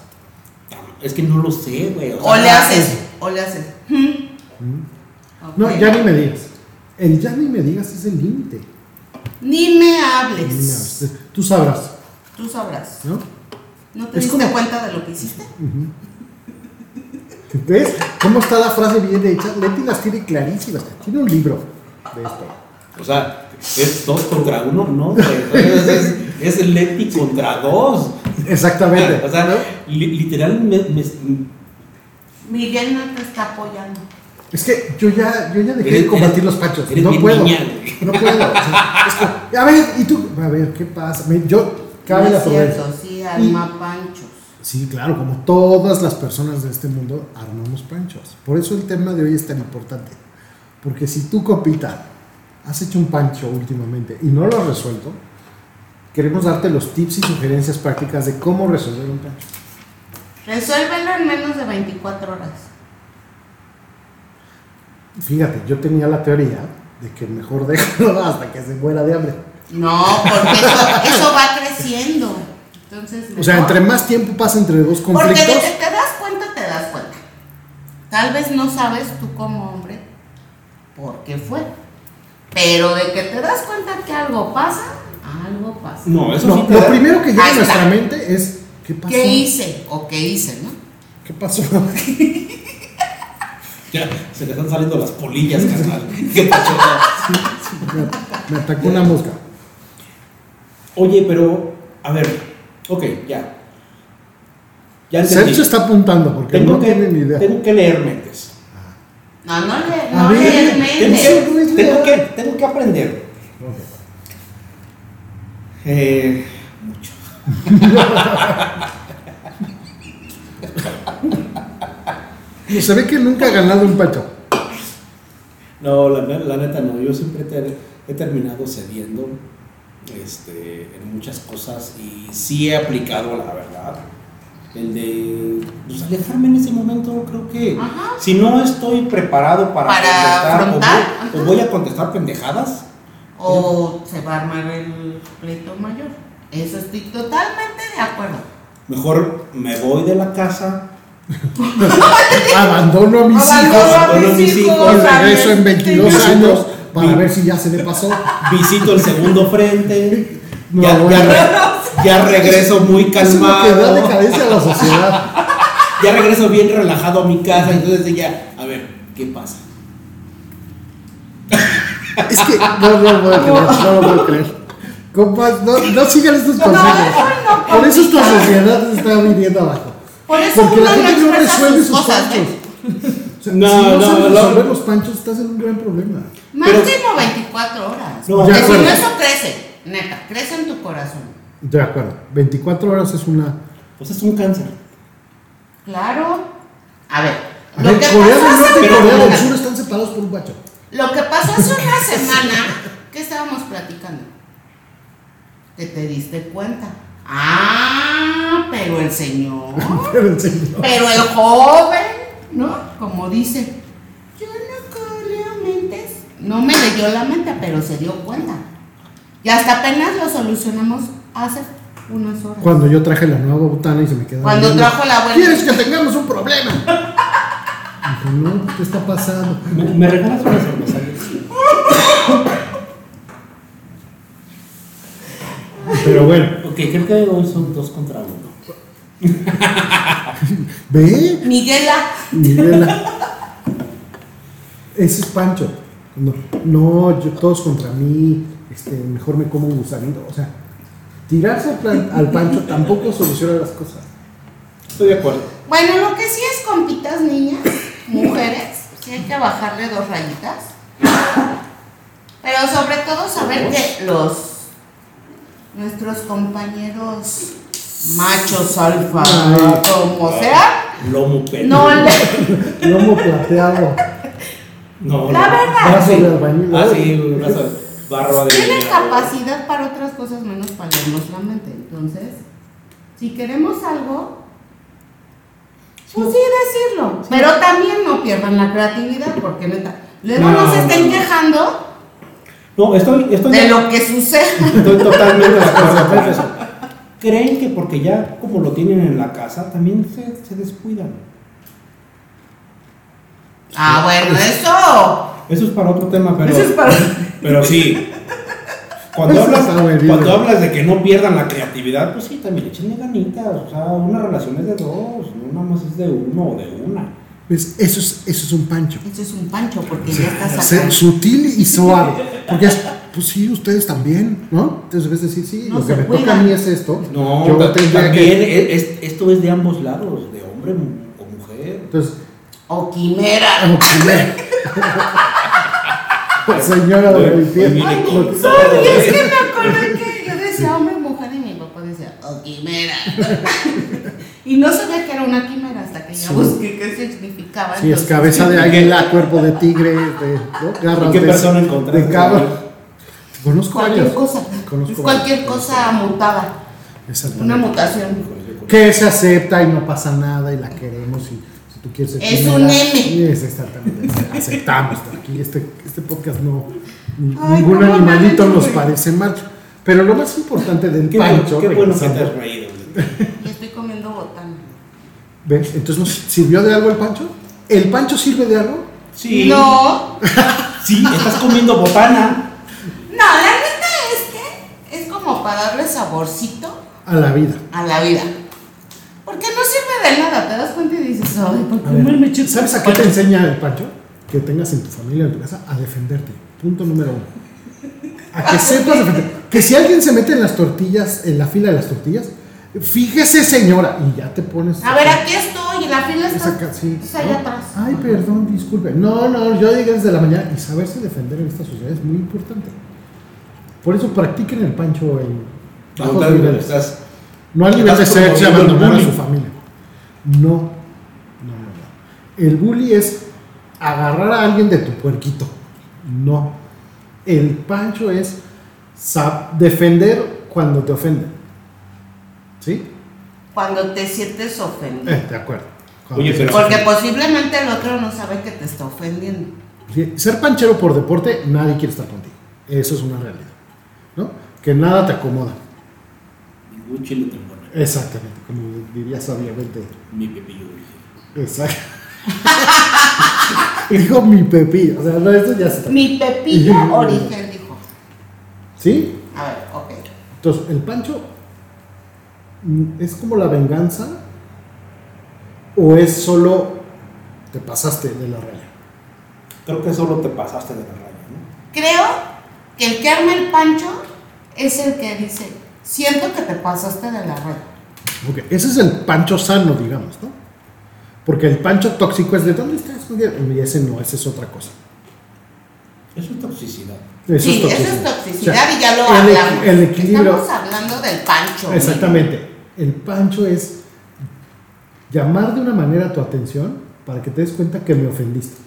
[SPEAKER 4] Es que no lo sé, güey. o
[SPEAKER 2] o
[SPEAKER 4] sea,
[SPEAKER 2] le
[SPEAKER 3] Ah,
[SPEAKER 2] haces. O le haces. Mm. Ok.
[SPEAKER 3] No, ya ni me digas. El ya ni me digas es el límite.
[SPEAKER 2] Ni me
[SPEAKER 3] Ni me
[SPEAKER 2] hables.
[SPEAKER 3] hables. Tú sabrás,
[SPEAKER 2] Tú sabrás.
[SPEAKER 3] ¿no?
[SPEAKER 2] ¿No te
[SPEAKER 3] Es
[SPEAKER 2] diste
[SPEAKER 3] como-
[SPEAKER 2] cuenta de lo que hiciste?
[SPEAKER 3] ¿Ves? ¿Cómo está la frase bien hecha? Leti las tiene clarísimas. Tiene un libro de esto.
[SPEAKER 4] O sea, es dos contra uno, no, güey. Entonces, es, es Leti contra dos.
[SPEAKER 3] Exactamente.
[SPEAKER 4] O sea, li- literal me, me-
[SPEAKER 2] Miguel no te está apoyando.
[SPEAKER 3] Es que yo ya, yo ya dejé
[SPEAKER 4] Eres-
[SPEAKER 3] de combatir
[SPEAKER 4] eres-
[SPEAKER 3] los pachos.
[SPEAKER 4] eres
[SPEAKER 3] no
[SPEAKER 4] bien
[SPEAKER 3] puedo.
[SPEAKER 4] niña, güey.
[SPEAKER 3] No puedo. o sea, es que- a ver, ¿y tú? A ver, ¿qué pasa? Me- yo, cabe
[SPEAKER 2] No
[SPEAKER 3] la Mm.
[SPEAKER 2] es
[SPEAKER 3] prudencia.
[SPEAKER 2] cierto, sí, alma panchos.
[SPEAKER 3] Sí, claro, como todas las personas de este mundo, armamos panchos. Por eso el tema de hoy es tan importante. Porque si tú, copita, has hecho un pancho últimamente y no lo has resuelto, queremos darte los tips y sugerencias prácticas de cómo resolver un pancho.
[SPEAKER 2] Resuélvelo en menos de 24 horas.
[SPEAKER 3] Fíjate, yo tenía la teoría de que mejor [laughs] déjalo hasta que se muera de hambre.
[SPEAKER 2] No, porque eso, [laughs] eso va creciendo. Entonces,
[SPEAKER 3] O sea,
[SPEAKER 2] mejor.
[SPEAKER 3] entre más tiempo pasa entre dos
[SPEAKER 2] Porque
[SPEAKER 3] conflictos,
[SPEAKER 2] desde que te das cuenta, te das cuenta. Tal vez no sabes tú como hombre por qué fue. Pero de que te das cuenta que algo pasa, algo pasa.
[SPEAKER 1] No, eso
[SPEAKER 3] no,
[SPEAKER 1] sí te
[SPEAKER 3] lo
[SPEAKER 1] da-
[SPEAKER 3] primero que llega
[SPEAKER 2] Ahí
[SPEAKER 3] a
[SPEAKER 2] está.
[SPEAKER 3] nuestra mente es ¿qué pasó?
[SPEAKER 2] ¿Qué hice o qué hice, no?
[SPEAKER 3] ¿Qué pasó? [laughs]
[SPEAKER 4] Ya, se le están saliendo las polillas, carnal. ¿Qué pasó?
[SPEAKER 3] Me atacó una mosca.
[SPEAKER 1] Oye, pero, a ver, ok, ya. Ya entendí.
[SPEAKER 3] Sergio está apuntando porque
[SPEAKER 1] tengo,
[SPEAKER 3] no
[SPEAKER 1] que,
[SPEAKER 3] tiene ni idea.
[SPEAKER 1] tengo que leer mentes.
[SPEAKER 2] No, no le,
[SPEAKER 3] A
[SPEAKER 2] no
[SPEAKER 3] ver,
[SPEAKER 1] Tengo
[SPEAKER 2] le mentes.
[SPEAKER 1] que,
[SPEAKER 3] Eso no es
[SPEAKER 1] tengo
[SPEAKER 3] leer.
[SPEAKER 1] que, tengo que aprender. Eh, mucho.
[SPEAKER 3] No, Se ve que nunca ha ganado un pacho.
[SPEAKER 4] No, la, ne- la neta no. Yo siempre te- he terminado cediendo este, en muchas cosas y sí he aplicado la verdad. El de pues, alejarme en ese momento, creo que
[SPEAKER 2] Ajá.
[SPEAKER 1] Si no estoy preparado para,
[SPEAKER 2] Para afrontar,
[SPEAKER 1] contestar o voy-
[SPEAKER 2] ajá.
[SPEAKER 1] o voy, a contestar pendejadas,
[SPEAKER 2] O se va a armar el pleito mayor. Eso estoy totalmente de acuerdo.
[SPEAKER 1] mejor me voy de la casa.
[SPEAKER 3] Abandono a mis
[SPEAKER 2] Abandono
[SPEAKER 3] hijos
[SPEAKER 2] a
[SPEAKER 1] abandono
[SPEAKER 2] mis
[SPEAKER 1] a mis
[SPEAKER 2] hijos,
[SPEAKER 1] hijos,
[SPEAKER 3] y
[SPEAKER 2] a
[SPEAKER 3] regreso
[SPEAKER 2] ver,
[SPEAKER 3] en 22
[SPEAKER 1] Visito-
[SPEAKER 3] años para
[SPEAKER 1] vi-
[SPEAKER 3] ver si ya se le pasó.
[SPEAKER 1] Visito el segundo frente.
[SPEAKER 3] No,
[SPEAKER 1] ya,
[SPEAKER 3] bueno.
[SPEAKER 1] ya re- ya regreso muy
[SPEAKER 3] Eso es lo que da
[SPEAKER 1] calmado.
[SPEAKER 3] decadencia a la sociedad.
[SPEAKER 1] Ya regreso bien relajado a mi casa. Entonces ya, a ver, ¿qué pasa?
[SPEAKER 3] Es que no, no lo puedo creer, no lo puedo creer. Compas, no, no sigan estos consejos.
[SPEAKER 2] no,
[SPEAKER 3] Por eso esta
[SPEAKER 2] complicado.
[SPEAKER 3] sociedad se está viniendo abajo.
[SPEAKER 2] Por eso
[SPEAKER 3] Porque
[SPEAKER 2] uno
[SPEAKER 3] la gente no
[SPEAKER 2] expresa
[SPEAKER 3] resuelve
[SPEAKER 2] sus
[SPEAKER 3] sus
[SPEAKER 2] cosas,
[SPEAKER 3] panchos.
[SPEAKER 2] ¿eh?
[SPEAKER 3] O sea,
[SPEAKER 1] No,
[SPEAKER 3] si no,
[SPEAKER 1] no,
[SPEAKER 3] sabes
[SPEAKER 1] no.
[SPEAKER 3] resolver los panchos, estás en un gran problema.
[SPEAKER 2] Máximo
[SPEAKER 1] Pero-
[SPEAKER 2] 24 horas.
[SPEAKER 1] No,
[SPEAKER 2] porque
[SPEAKER 3] de
[SPEAKER 2] si no,
[SPEAKER 3] acuerdo.
[SPEAKER 2] eso crece. Neta, crece en tu corazón.
[SPEAKER 3] De acuerdo, 24 horas es una.
[SPEAKER 1] Pues es un cáncer.
[SPEAKER 2] Claro. A ver,
[SPEAKER 3] A
[SPEAKER 2] lo,
[SPEAKER 3] ver,
[SPEAKER 2] que
[SPEAKER 3] Corea
[SPEAKER 2] pasó
[SPEAKER 3] del
[SPEAKER 2] hace
[SPEAKER 3] Norte y
[SPEAKER 1] pero-
[SPEAKER 3] Corea del
[SPEAKER 2] una-
[SPEAKER 3] Sur están separados por un pacho.
[SPEAKER 2] lo que pasó hace una semana, ¿qué estábamos platicando? Que te diste cuenta. Ah, pero el señor,
[SPEAKER 3] Pero en serio.
[SPEAKER 2] pero el joven, ¿no? Como dice, yo no creo mentes. No me leyó la mente, pero se dio cuenta. Y hasta apenas lo solucionamos hace unas horas.
[SPEAKER 3] [laughs] Cuando yo traje la nueva botana y se me quedó.
[SPEAKER 2] Cuando trajo la abuela.
[SPEAKER 3] ¿Quieres que tengamos un problema? Dije, no, ¿qué está pasando?
[SPEAKER 1] ¿Me, me regalas una cerveza?
[SPEAKER 3] Pero bueno,
[SPEAKER 1] Ok, creo que hoy son dos contra uno.
[SPEAKER 3] ve,
[SPEAKER 2] Miguela.
[SPEAKER 3] Miguela. Ese es Pancho. No, no, yo, todos contra mí. Este, mejor me como un gusanito. O sea, tirarse al, plan- al Pancho tampoco soluciona las cosas.
[SPEAKER 1] Estoy de acuerdo.
[SPEAKER 2] Bueno, lo que sí es compitas, [coughs] niñas, mujeres, sí hay que bajarle dos rayitas. Pero sobre todo saber que los nuestros compañeros machos alfa,
[SPEAKER 3] Ay.
[SPEAKER 2] como sea,
[SPEAKER 1] Lomo peludo.
[SPEAKER 2] no le.
[SPEAKER 3] Lomo plateado,
[SPEAKER 1] No,
[SPEAKER 2] La
[SPEAKER 1] no.
[SPEAKER 2] verdad.
[SPEAKER 3] brazo de albañil.
[SPEAKER 4] Ah, sí, un brazo de barba de
[SPEAKER 2] Tienen
[SPEAKER 4] leñador.
[SPEAKER 2] capacidad para otras cosas menos para leernos la mente. Entonces, si queremos algo, pues sí decirlo. Pero también no pierdan la creatividad, porque neta, luego
[SPEAKER 1] No,
[SPEAKER 2] no, se estén
[SPEAKER 1] no.
[SPEAKER 2] quejando
[SPEAKER 1] No, estoy, estoy,
[SPEAKER 2] de lo que sucede.
[SPEAKER 1] estoy totalmente de acuerdo con eso. Creen que porque ya como lo tienen en la casa, también se, se descuidan.
[SPEAKER 2] Ah, bueno, eso.
[SPEAKER 1] Eso es para otro tema, pero,
[SPEAKER 2] Eso es para.
[SPEAKER 1] pero sí. Cuando
[SPEAKER 2] [laughs]
[SPEAKER 3] Eso
[SPEAKER 1] hablas,
[SPEAKER 3] está muy bien.
[SPEAKER 1] cuando hablas de que no pierdan la creatividad, pues sí, también echenle ganitas. O sea, una relación es de dos, no nada más es de uno o de una.
[SPEAKER 3] Pues eso es, eso es un Pancho.
[SPEAKER 2] Eso es un pancho, porque ya
[SPEAKER 3] Para
[SPEAKER 2] estás
[SPEAKER 3] ser
[SPEAKER 2] acá.
[SPEAKER 3] sutil y suave. Porque es, pues sí, ustedes también, ¿no? Entonces ves decir, sí,
[SPEAKER 2] No
[SPEAKER 3] lo
[SPEAKER 2] se
[SPEAKER 3] que me
[SPEAKER 2] cuidan.
[SPEAKER 3] toca a mí es esto.
[SPEAKER 1] No,
[SPEAKER 3] yo
[SPEAKER 1] ta-
[SPEAKER 3] tendría
[SPEAKER 1] también
[SPEAKER 3] que.
[SPEAKER 1] es- es- esto es de ambos lados, de hombre mu- o mujer.
[SPEAKER 3] Entonces,
[SPEAKER 2] O quimera.
[SPEAKER 3] como
[SPEAKER 2] [laughs]
[SPEAKER 3] que me- La señora de mi
[SPEAKER 1] Muy bien,
[SPEAKER 2] Ay,
[SPEAKER 1] con-
[SPEAKER 2] sorry, es que me
[SPEAKER 3] [laughs]
[SPEAKER 2] acordé que yo decía hombre, mujer y mi papá decía, oh, quimera. [laughs] y no sabía que era una quimera hasta que ya
[SPEAKER 3] Sí.
[SPEAKER 2] busqué qué significaba.
[SPEAKER 3] Sí, es
[SPEAKER 2] entonces-
[SPEAKER 3] cabeza de águila, cuerpo de tigre, de ¿no? garras
[SPEAKER 1] ¿Y qué
[SPEAKER 3] de-
[SPEAKER 1] persona encontraste?
[SPEAKER 3] de cabra. Conozco
[SPEAKER 2] Cualquier
[SPEAKER 3] varios.
[SPEAKER 2] cosa.
[SPEAKER 3] Conozco
[SPEAKER 2] Es cualquier
[SPEAKER 3] varios.
[SPEAKER 2] cosa mutada.
[SPEAKER 3] Exactamente.
[SPEAKER 2] Una mutación.
[SPEAKER 3] que se acepta y no pasa nada y la queremos y si tú quieres ser
[SPEAKER 2] Es un M.
[SPEAKER 3] Es exactamente. Aceptamos. Aquí este, este podcast no. ni-
[SPEAKER 2] Ay,
[SPEAKER 3] ningún
[SPEAKER 2] cómo me
[SPEAKER 3] animalito
[SPEAKER 2] reí,
[SPEAKER 3] nos
[SPEAKER 2] güey.
[SPEAKER 3] parece mal. Pero lo más importante del
[SPEAKER 4] Qué bueno,
[SPEAKER 3] pancho.
[SPEAKER 4] qué bueno que
[SPEAKER 3] regresando-
[SPEAKER 4] te has reído.
[SPEAKER 2] Y estoy comiendo botana.
[SPEAKER 3] ¿Ves? Entonces nos sirvió de algo el pancho. ¿El pancho sirve de algo?
[SPEAKER 4] Sí,
[SPEAKER 2] No, no,
[SPEAKER 4] sí, estás comiendo botana.
[SPEAKER 2] la neta es que es como para darle saborcito
[SPEAKER 3] A la vida.
[SPEAKER 2] a la vida. Porque no sirve de nada, te das cuenta y dices, ay, ¿por
[SPEAKER 3] A
[SPEAKER 2] qué
[SPEAKER 3] ver,
[SPEAKER 2] me me eché-
[SPEAKER 3] ¿Sabes a qué te enseña el pancho? Que tengas en tu familia, en tu casa, a defenderte. Punto número uno. A que sepas defenderte. Que si alguien se mete en las tortillas, en la fila de las tortillas, fíjese señora, y ya te pones...
[SPEAKER 2] A ver, aquí estoy, y la fila está,
[SPEAKER 3] Esa ca- sí, Ah,
[SPEAKER 2] está allá
[SPEAKER 3] ¿no?
[SPEAKER 2] atrás.
[SPEAKER 3] Ay, perdón, disculpe. No, no, yo llegué desde la mañana y saberse defender en esta sociedad es muy importante. Por eso practiquen el pancho en bajos niveles.
[SPEAKER 4] estás-
[SPEAKER 3] No al nivel de
[SPEAKER 4] Estás
[SPEAKER 3] sexo y
[SPEAKER 4] promoviendo
[SPEAKER 3] abandonar a
[SPEAKER 4] el
[SPEAKER 3] su
[SPEAKER 4] bullying.
[SPEAKER 3] familia. No. No, no, no. El bully es agarrar a alguien de tu puerquito. No. El pancho es sa- defender cuando te ofenden. ¿Sí?
[SPEAKER 2] Cuando te sientes ofendido.
[SPEAKER 3] Eh, de acuerdo. Cuando
[SPEAKER 4] Oye,
[SPEAKER 3] te-
[SPEAKER 4] pero-
[SPEAKER 2] Porque posiblemente el otro no sabe que te está ofendiendo.
[SPEAKER 3] Sí, Ser panchero por deporte, nadie quiere estar contigo. Eso es una realidad. ¿No? Que nada te acomoda.
[SPEAKER 4] Ningún chile te pone.
[SPEAKER 3] Exactamente, como diría sabiamente.
[SPEAKER 4] Mi pepillo.
[SPEAKER 3] Exacto. [laughs] Dijo mi pepillo. O sea, no, eso ya está.
[SPEAKER 2] Mi
[SPEAKER 3] [laughs]
[SPEAKER 2] pepita origen dijo.
[SPEAKER 3] ¿Sí?
[SPEAKER 2] A ver, ok.
[SPEAKER 3] Entonces, el pancho mm, es como la venganza o es solo te pasaste de la raya.
[SPEAKER 4] Creo que solo te pasaste de la raya, ¿no?
[SPEAKER 2] Creo que el que arma el pancho es el que dice, siento que te pasaste de la red.
[SPEAKER 3] Ok, ese es el pancho sano, digamos, ¿no? Porque el pancho tóxico es de dónde estás, Miguel?" Y ese no, ese es otra cosa.
[SPEAKER 4] Eso es toxicidad.
[SPEAKER 3] Eso
[SPEAKER 2] sí,
[SPEAKER 3] es
[SPEAKER 2] eso es
[SPEAKER 3] toxicidad.
[SPEAKER 2] toxicidad
[SPEAKER 3] O sea,
[SPEAKER 2] y ya lo
[SPEAKER 3] el equi-
[SPEAKER 2] hablamos.
[SPEAKER 3] El equilibrio.
[SPEAKER 2] Estamos hablando del pancho.
[SPEAKER 3] Exactamente. El pancho es llamar de una manera tu atención para que te des cuenta que me ofendiste.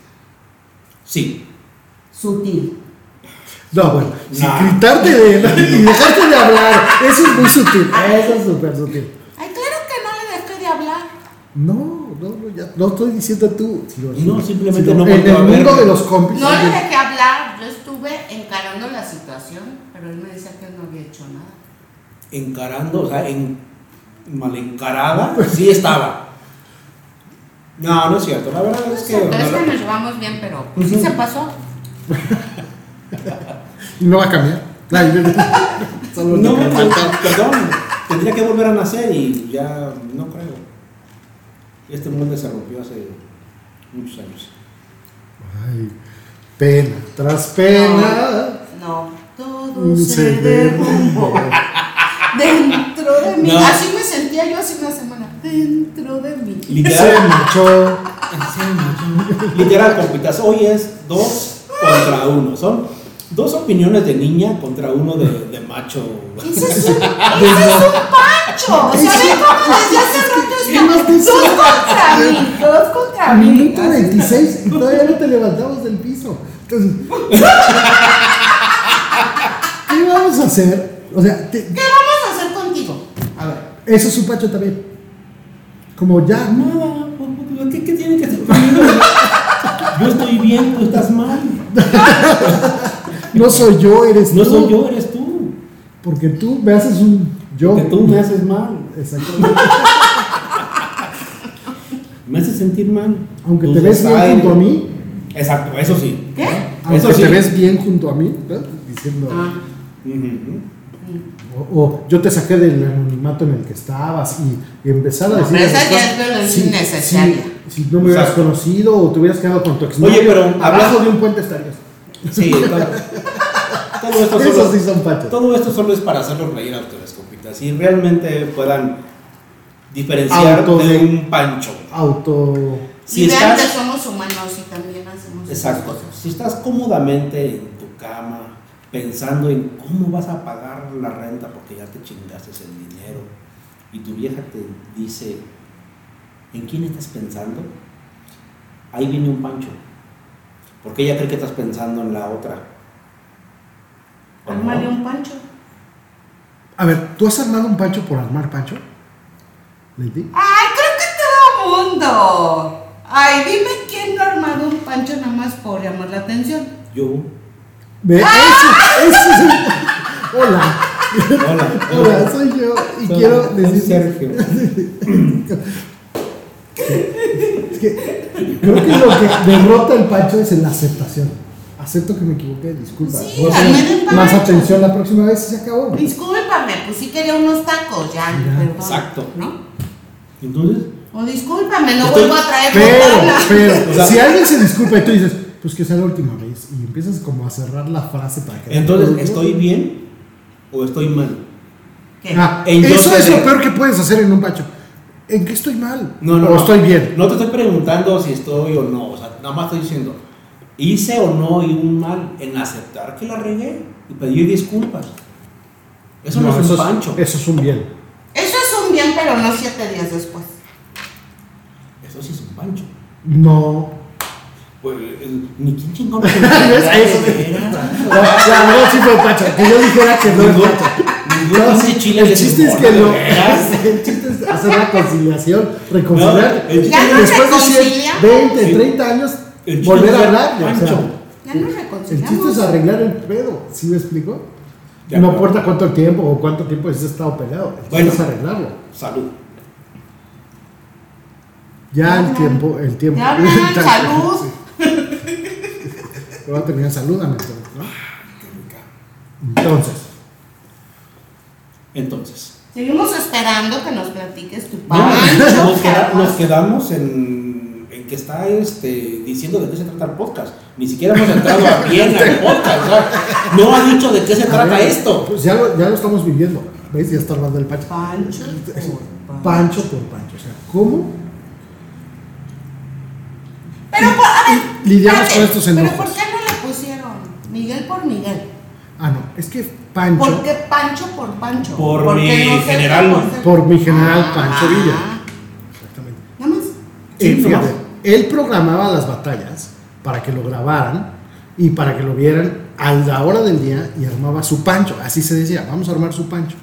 [SPEAKER 4] Sí.
[SPEAKER 2] Sutil.
[SPEAKER 3] No, bueno, si
[SPEAKER 4] Nah.
[SPEAKER 3] gritarte de, [laughs] y dejarte de hablar, eso es muy sutil, eso es súper sutil.
[SPEAKER 2] Ay, claro que no le dejé de hablar.
[SPEAKER 3] No, no, no, ya, no estoy diciendo tú. si lo-
[SPEAKER 4] No,
[SPEAKER 3] si-
[SPEAKER 4] simplemente
[SPEAKER 3] si lo-
[SPEAKER 4] no
[SPEAKER 3] En
[SPEAKER 4] volteo
[SPEAKER 3] el
[SPEAKER 4] a verme.
[SPEAKER 3] mundo de los compis.
[SPEAKER 2] No le
[SPEAKER 3] alguien-
[SPEAKER 2] dejé hablar. Yo estuve encarando la situación, pero él me decía que no había hecho nada.
[SPEAKER 4] Encarando, o sea, en, mal encarada, sí estaba. Pues No, no es cierto. La verdad es que.
[SPEAKER 2] Entonces
[SPEAKER 4] no,
[SPEAKER 2] que
[SPEAKER 4] la-
[SPEAKER 2] nos llevamos bien, pero pues, sí se pasó.
[SPEAKER 3] Y no va a cambiar. Ay,
[SPEAKER 4] [laughs]
[SPEAKER 3] yo- solo
[SPEAKER 4] No,
[SPEAKER 3] te-
[SPEAKER 4] pues, perdón. Tendría que volver a nacer y ya no creo. Este mundo se rompió hace muchos años.
[SPEAKER 3] Ay, pena, tras pena.
[SPEAKER 2] No, todo
[SPEAKER 3] Se
[SPEAKER 2] se [laughs] derrumbó. Dentro de mí.
[SPEAKER 4] No.
[SPEAKER 2] Así me sentía yo hace una semana. Dentro de mí. [laughs]
[SPEAKER 3] Se
[SPEAKER 4] Literal,
[SPEAKER 3] marchó.
[SPEAKER 4] literal, compitas. Hoy es dos contra uno. Son dos opiniones de niña contra uno de, de macho.
[SPEAKER 2] Ese es un, ese es un pancho. O sea, ve cómo desde hace rato
[SPEAKER 3] más te
[SPEAKER 2] está. Dos
[SPEAKER 3] hizo?
[SPEAKER 2] contra mí. Dos contra mí.
[SPEAKER 3] Minuto 26 y todavía no te levantabas del piso. Entonces, [laughs] ¿qué vamos a hacer? O sea, te-
[SPEAKER 2] ¿Qué vamos a hacer contigo? A ver.
[SPEAKER 3] eso es un pacho también. Como ya, no,
[SPEAKER 4] Nada, ¿qué, qué tiene que hacer conmigo? Yo estoy bien, tú estás mal.
[SPEAKER 3] no soy yo, eres
[SPEAKER 4] No
[SPEAKER 3] tú.
[SPEAKER 4] soy yo, eres tú.
[SPEAKER 3] Porque tú me haces un yo.
[SPEAKER 4] Porque tú me haces mal. [laughs]
[SPEAKER 3] Exactamente.
[SPEAKER 4] Me haces sentir mal.
[SPEAKER 3] Aunque
[SPEAKER 4] Tus
[SPEAKER 3] te ves bien
[SPEAKER 4] desaires.
[SPEAKER 3] junto a mí,
[SPEAKER 4] Exacto, eso sí.
[SPEAKER 2] ¿Qué?
[SPEAKER 3] aunque
[SPEAKER 4] Eso sí.
[SPEAKER 3] te ves bien junto a mí, ¿verdad? diciendo,
[SPEAKER 2] Ah,
[SPEAKER 4] Ujú.
[SPEAKER 3] o, o yo te saqué del anonimato en el que estabas y, y empezar
[SPEAKER 2] No,
[SPEAKER 3] a decir.
[SPEAKER 2] pero esa
[SPEAKER 3] las
[SPEAKER 2] ya
[SPEAKER 3] cosas.
[SPEAKER 2] es violencia innecesaria.
[SPEAKER 3] Si, si no me hubieras
[SPEAKER 4] Exacto.
[SPEAKER 3] conocido o te hubieras quedado con tu ex
[SPEAKER 4] Oye, pero-
[SPEAKER 3] abajo de un puente estarías.
[SPEAKER 4] Sí, todo, todo esto solo,
[SPEAKER 3] Esos sí son pachos.
[SPEAKER 4] todo esto solo es para hacerlos reír a ustedes, compitas. Y realmente puedan diferenciar
[SPEAKER 3] Auto
[SPEAKER 4] de
[SPEAKER 3] de-
[SPEAKER 4] un pancho.
[SPEAKER 3] Auto.
[SPEAKER 4] Si
[SPEAKER 2] y vean que
[SPEAKER 4] estás-
[SPEAKER 2] somos humanos y también hacemos esas
[SPEAKER 4] Exacto.
[SPEAKER 2] cosas.
[SPEAKER 4] Si estás cómodamente en tu cama pensando en cómo vas a pagar la renta porque ya te chingaste el dinero y tu vieja te dice, ¿en quién estás pensando? Ahí viene un pancho. Porque ella cree que estás pensando en la otra. ¿O no?
[SPEAKER 2] Armarle un pancho.
[SPEAKER 3] A ver, ¿tú has armado un pancho por armar pancho? Lady.
[SPEAKER 2] ¡Ay, creo que todo mundo! Ay, dime quién no ha armado un pancho nada más por llamar la atención.
[SPEAKER 4] Yo.
[SPEAKER 3] Ve,
[SPEAKER 2] ¡Ah!
[SPEAKER 3] ese- ese es el- [laughs] Hola. [laughs]
[SPEAKER 4] Hola.
[SPEAKER 3] Hola, soy yo y
[SPEAKER 4] Soy-
[SPEAKER 3] quiero
[SPEAKER 4] soy
[SPEAKER 3] decir
[SPEAKER 4] Sergio.
[SPEAKER 3] Es que creo que lo que derrota el Pancho es la aceptación. Acepto que me equivoqué, disculpa.
[SPEAKER 2] Sí,
[SPEAKER 3] Voy a poner
[SPEAKER 2] también el Pancho.
[SPEAKER 3] más atención la próxima vez y se acabó.
[SPEAKER 2] Discúlpame, pues sí quería unos tacos, ya,
[SPEAKER 3] Ya,
[SPEAKER 2] perdón.
[SPEAKER 4] exacto.
[SPEAKER 2] ¿No?
[SPEAKER 4] Entonces,
[SPEAKER 2] O discúlpame, lo
[SPEAKER 4] Estoy-
[SPEAKER 2] vuelvo a traer
[SPEAKER 3] Pero,
[SPEAKER 2] botana.
[SPEAKER 3] pero,
[SPEAKER 4] O sea-
[SPEAKER 3] si alguien se disculpa y tú dices, pues que sea la última vez, y empiezas como a cerrar la frase para que.
[SPEAKER 4] entonces ¿estoy bien o estoy mal?
[SPEAKER 2] ¿Qué?
[SPEAKER 3] Ah,
[SPEAKER 4] en yo
[SPEAKER 3] eso
[SPEAKER 4] te
[SPEAKER 3] es
[SPEAKER 4] de-
[SPEAKER 3] lo peor que puedes hacer en un Pancho. ¿En qué estoy mal?
[SPEAKER 4] No, no,
[SPEAKER 3] ¿O
[SPEAKER 4] no.
[SPEAKER 3] estoy bien?
[SPEAKER 4] No te estoy preguntando si estoy o no, o sea, nada más estoy diciendo, hice o no y un mal en aceptar que la regué y pedir disculpas. Eso no, es un pancho,
[SPEAKER 3] Eso es un bien.
[SPEAKER 2] Eso es un bien, pero no siete días después.
[SPEAKER 4] eso sí es un pancho.
[SPEAKER 3] No.
[SPEAKER 4] Pues, eh, ni quién
[SPEAKER 3] [laughs]
[SPEAKER 4] chingón. ¿Ves?
[SPEAKER 3] Eso [laughs] La, la verdad sí fue Pancho. Que yo dijera que no es
[SPEAKER 4] Ningún-
[SPEAKER 3] Pancho.
[SPEAKER 4] ningún pinche chile
[SPEAKER 3] el
[SPEAKER 4] les
[SPEAKER 3] chiste es
[SPEAKER 4] importa,
[SPEAKER 3] que lo,
[SPEAKER 4] de
[SPEAKER 3] [laughs]
[SPEAKER 4] veras.
[SPEAKER 3] el chiste es hacer la conciliación, reconciliar.
[SPEAKER 4] No, el chiste-
[SPEAKER 2] Ya no
[SPEAKER 3] después de 100,
[SPEAKER 2] reconcilia.
[SPEAKER 3] 20,
[SPEAKER 4] Sí.
[SPEAKER 3] 30 años,
[SPEAKER 4] El chiste
[SPEAKER 3] volver
[SPEAKER 4] es
[SPEAKER 3] a
[SPEAKER 4] ser
[SPEAKER 3] hablar. o sea,
[SPEAKER 4] Pancho.
[SPEAKER 2] Ya nos
[SPEAKER 3] el chiste
[SPEAKER 2] reconciliamos.
[SPEAKER 3] es arreglar el pedo. ¿Sí me explico?
[SPEAKER 4] De
[SPEAKER 3] no
[SPEAKER 4] acuerdo.
[SPEAKER 3] importa cuánto tiempo o cuánto tiempo has estado peleado. El chiste
[SPEAKER 4] Bueno.
[SPEAKER 3] es arreglarlo.
[SPEAKER 4] Salud.
[SPEAKER 3] Ya el
[SPEAKER 2] hablan.
[SPEAKER 3] tiempo, el tiempo.
[SPEAKER 2] Ya
[SPEAKER 3] [laughs]
[SPEAKER 2] hablan,
[SPEAKER 3] Tal-
[SPEAKER 2] salud.
[SPEAKER 3] sí. Lo va a terminar, salúdame. entonces, ¿no? Entonces,
[SPEAKER 4] Entonces,
[SPEAKER 2] Seguimos esperando que nos platiques tu
[SPEAKER 4] no,
[SPEAKER 2] pancho.
[SPEAKER 4] nos, queda-
[SPEAKER 2] Carlos.
[SPEAKER 4] nos quedamos en, en que está este, diciendo de qué se trata el podcast. Ni siquiera hemos entrado a bien al podcast. o sea, No ha dicho de qué se
[SPEAKER 3] a
[SPEAKER 4] trata
[SPEAKER 3] ver,
[SPEAKER 4] esto.
[SPEAKER 3] Pues ya lo, ya lo estamos viviendo. ¿Veis? Ya está hablando el Pancho.
[SPEAKER 2] Pancho. por pan-
[SPEAKER 3] Pancho por Pancho. O sea, ¿cómo
[SPEAKER 2] Pero, por- a ver.
[SPEAKER 3] lidiamos
[SPEAKER 2] espérate,
[SPEAKER 3] con estos
[SPEAKER 2] Pero,
[SPEAKER 3] enojos?
[SPEAKER 2] ¿por qué no le pusieron Miguel por Miguel?
[SPEAKER 3] Ah, no, es que Pancho,
[SPEAKER 2] ¿Por qué Pancho por Pancho?
[SPEAKER 4] Por
[SPEAKER 2] qué
[SPEAKER 4] mi
[SPEAKER 2] no sé
[SPEAKER 4] general,
[SPEAKER 2] por ser-
[SPEAKER 3] por mi general
[SPEAKER 2] Ah,
[SPEAKER 3] Pancho Villa. Exactamente.
[SPEAKER 2] Nada más.
[SPEAKER 4] Sí,
[SPEAKER 3] Eh, fíjate,
[SPEAKER 4] nomás.
[SPEAKER 3] él programaba las batallas para que lo grabaran y para que lo vieran a la hora del día y armaba su pancho. Así se decía, vamos a armar su pancho.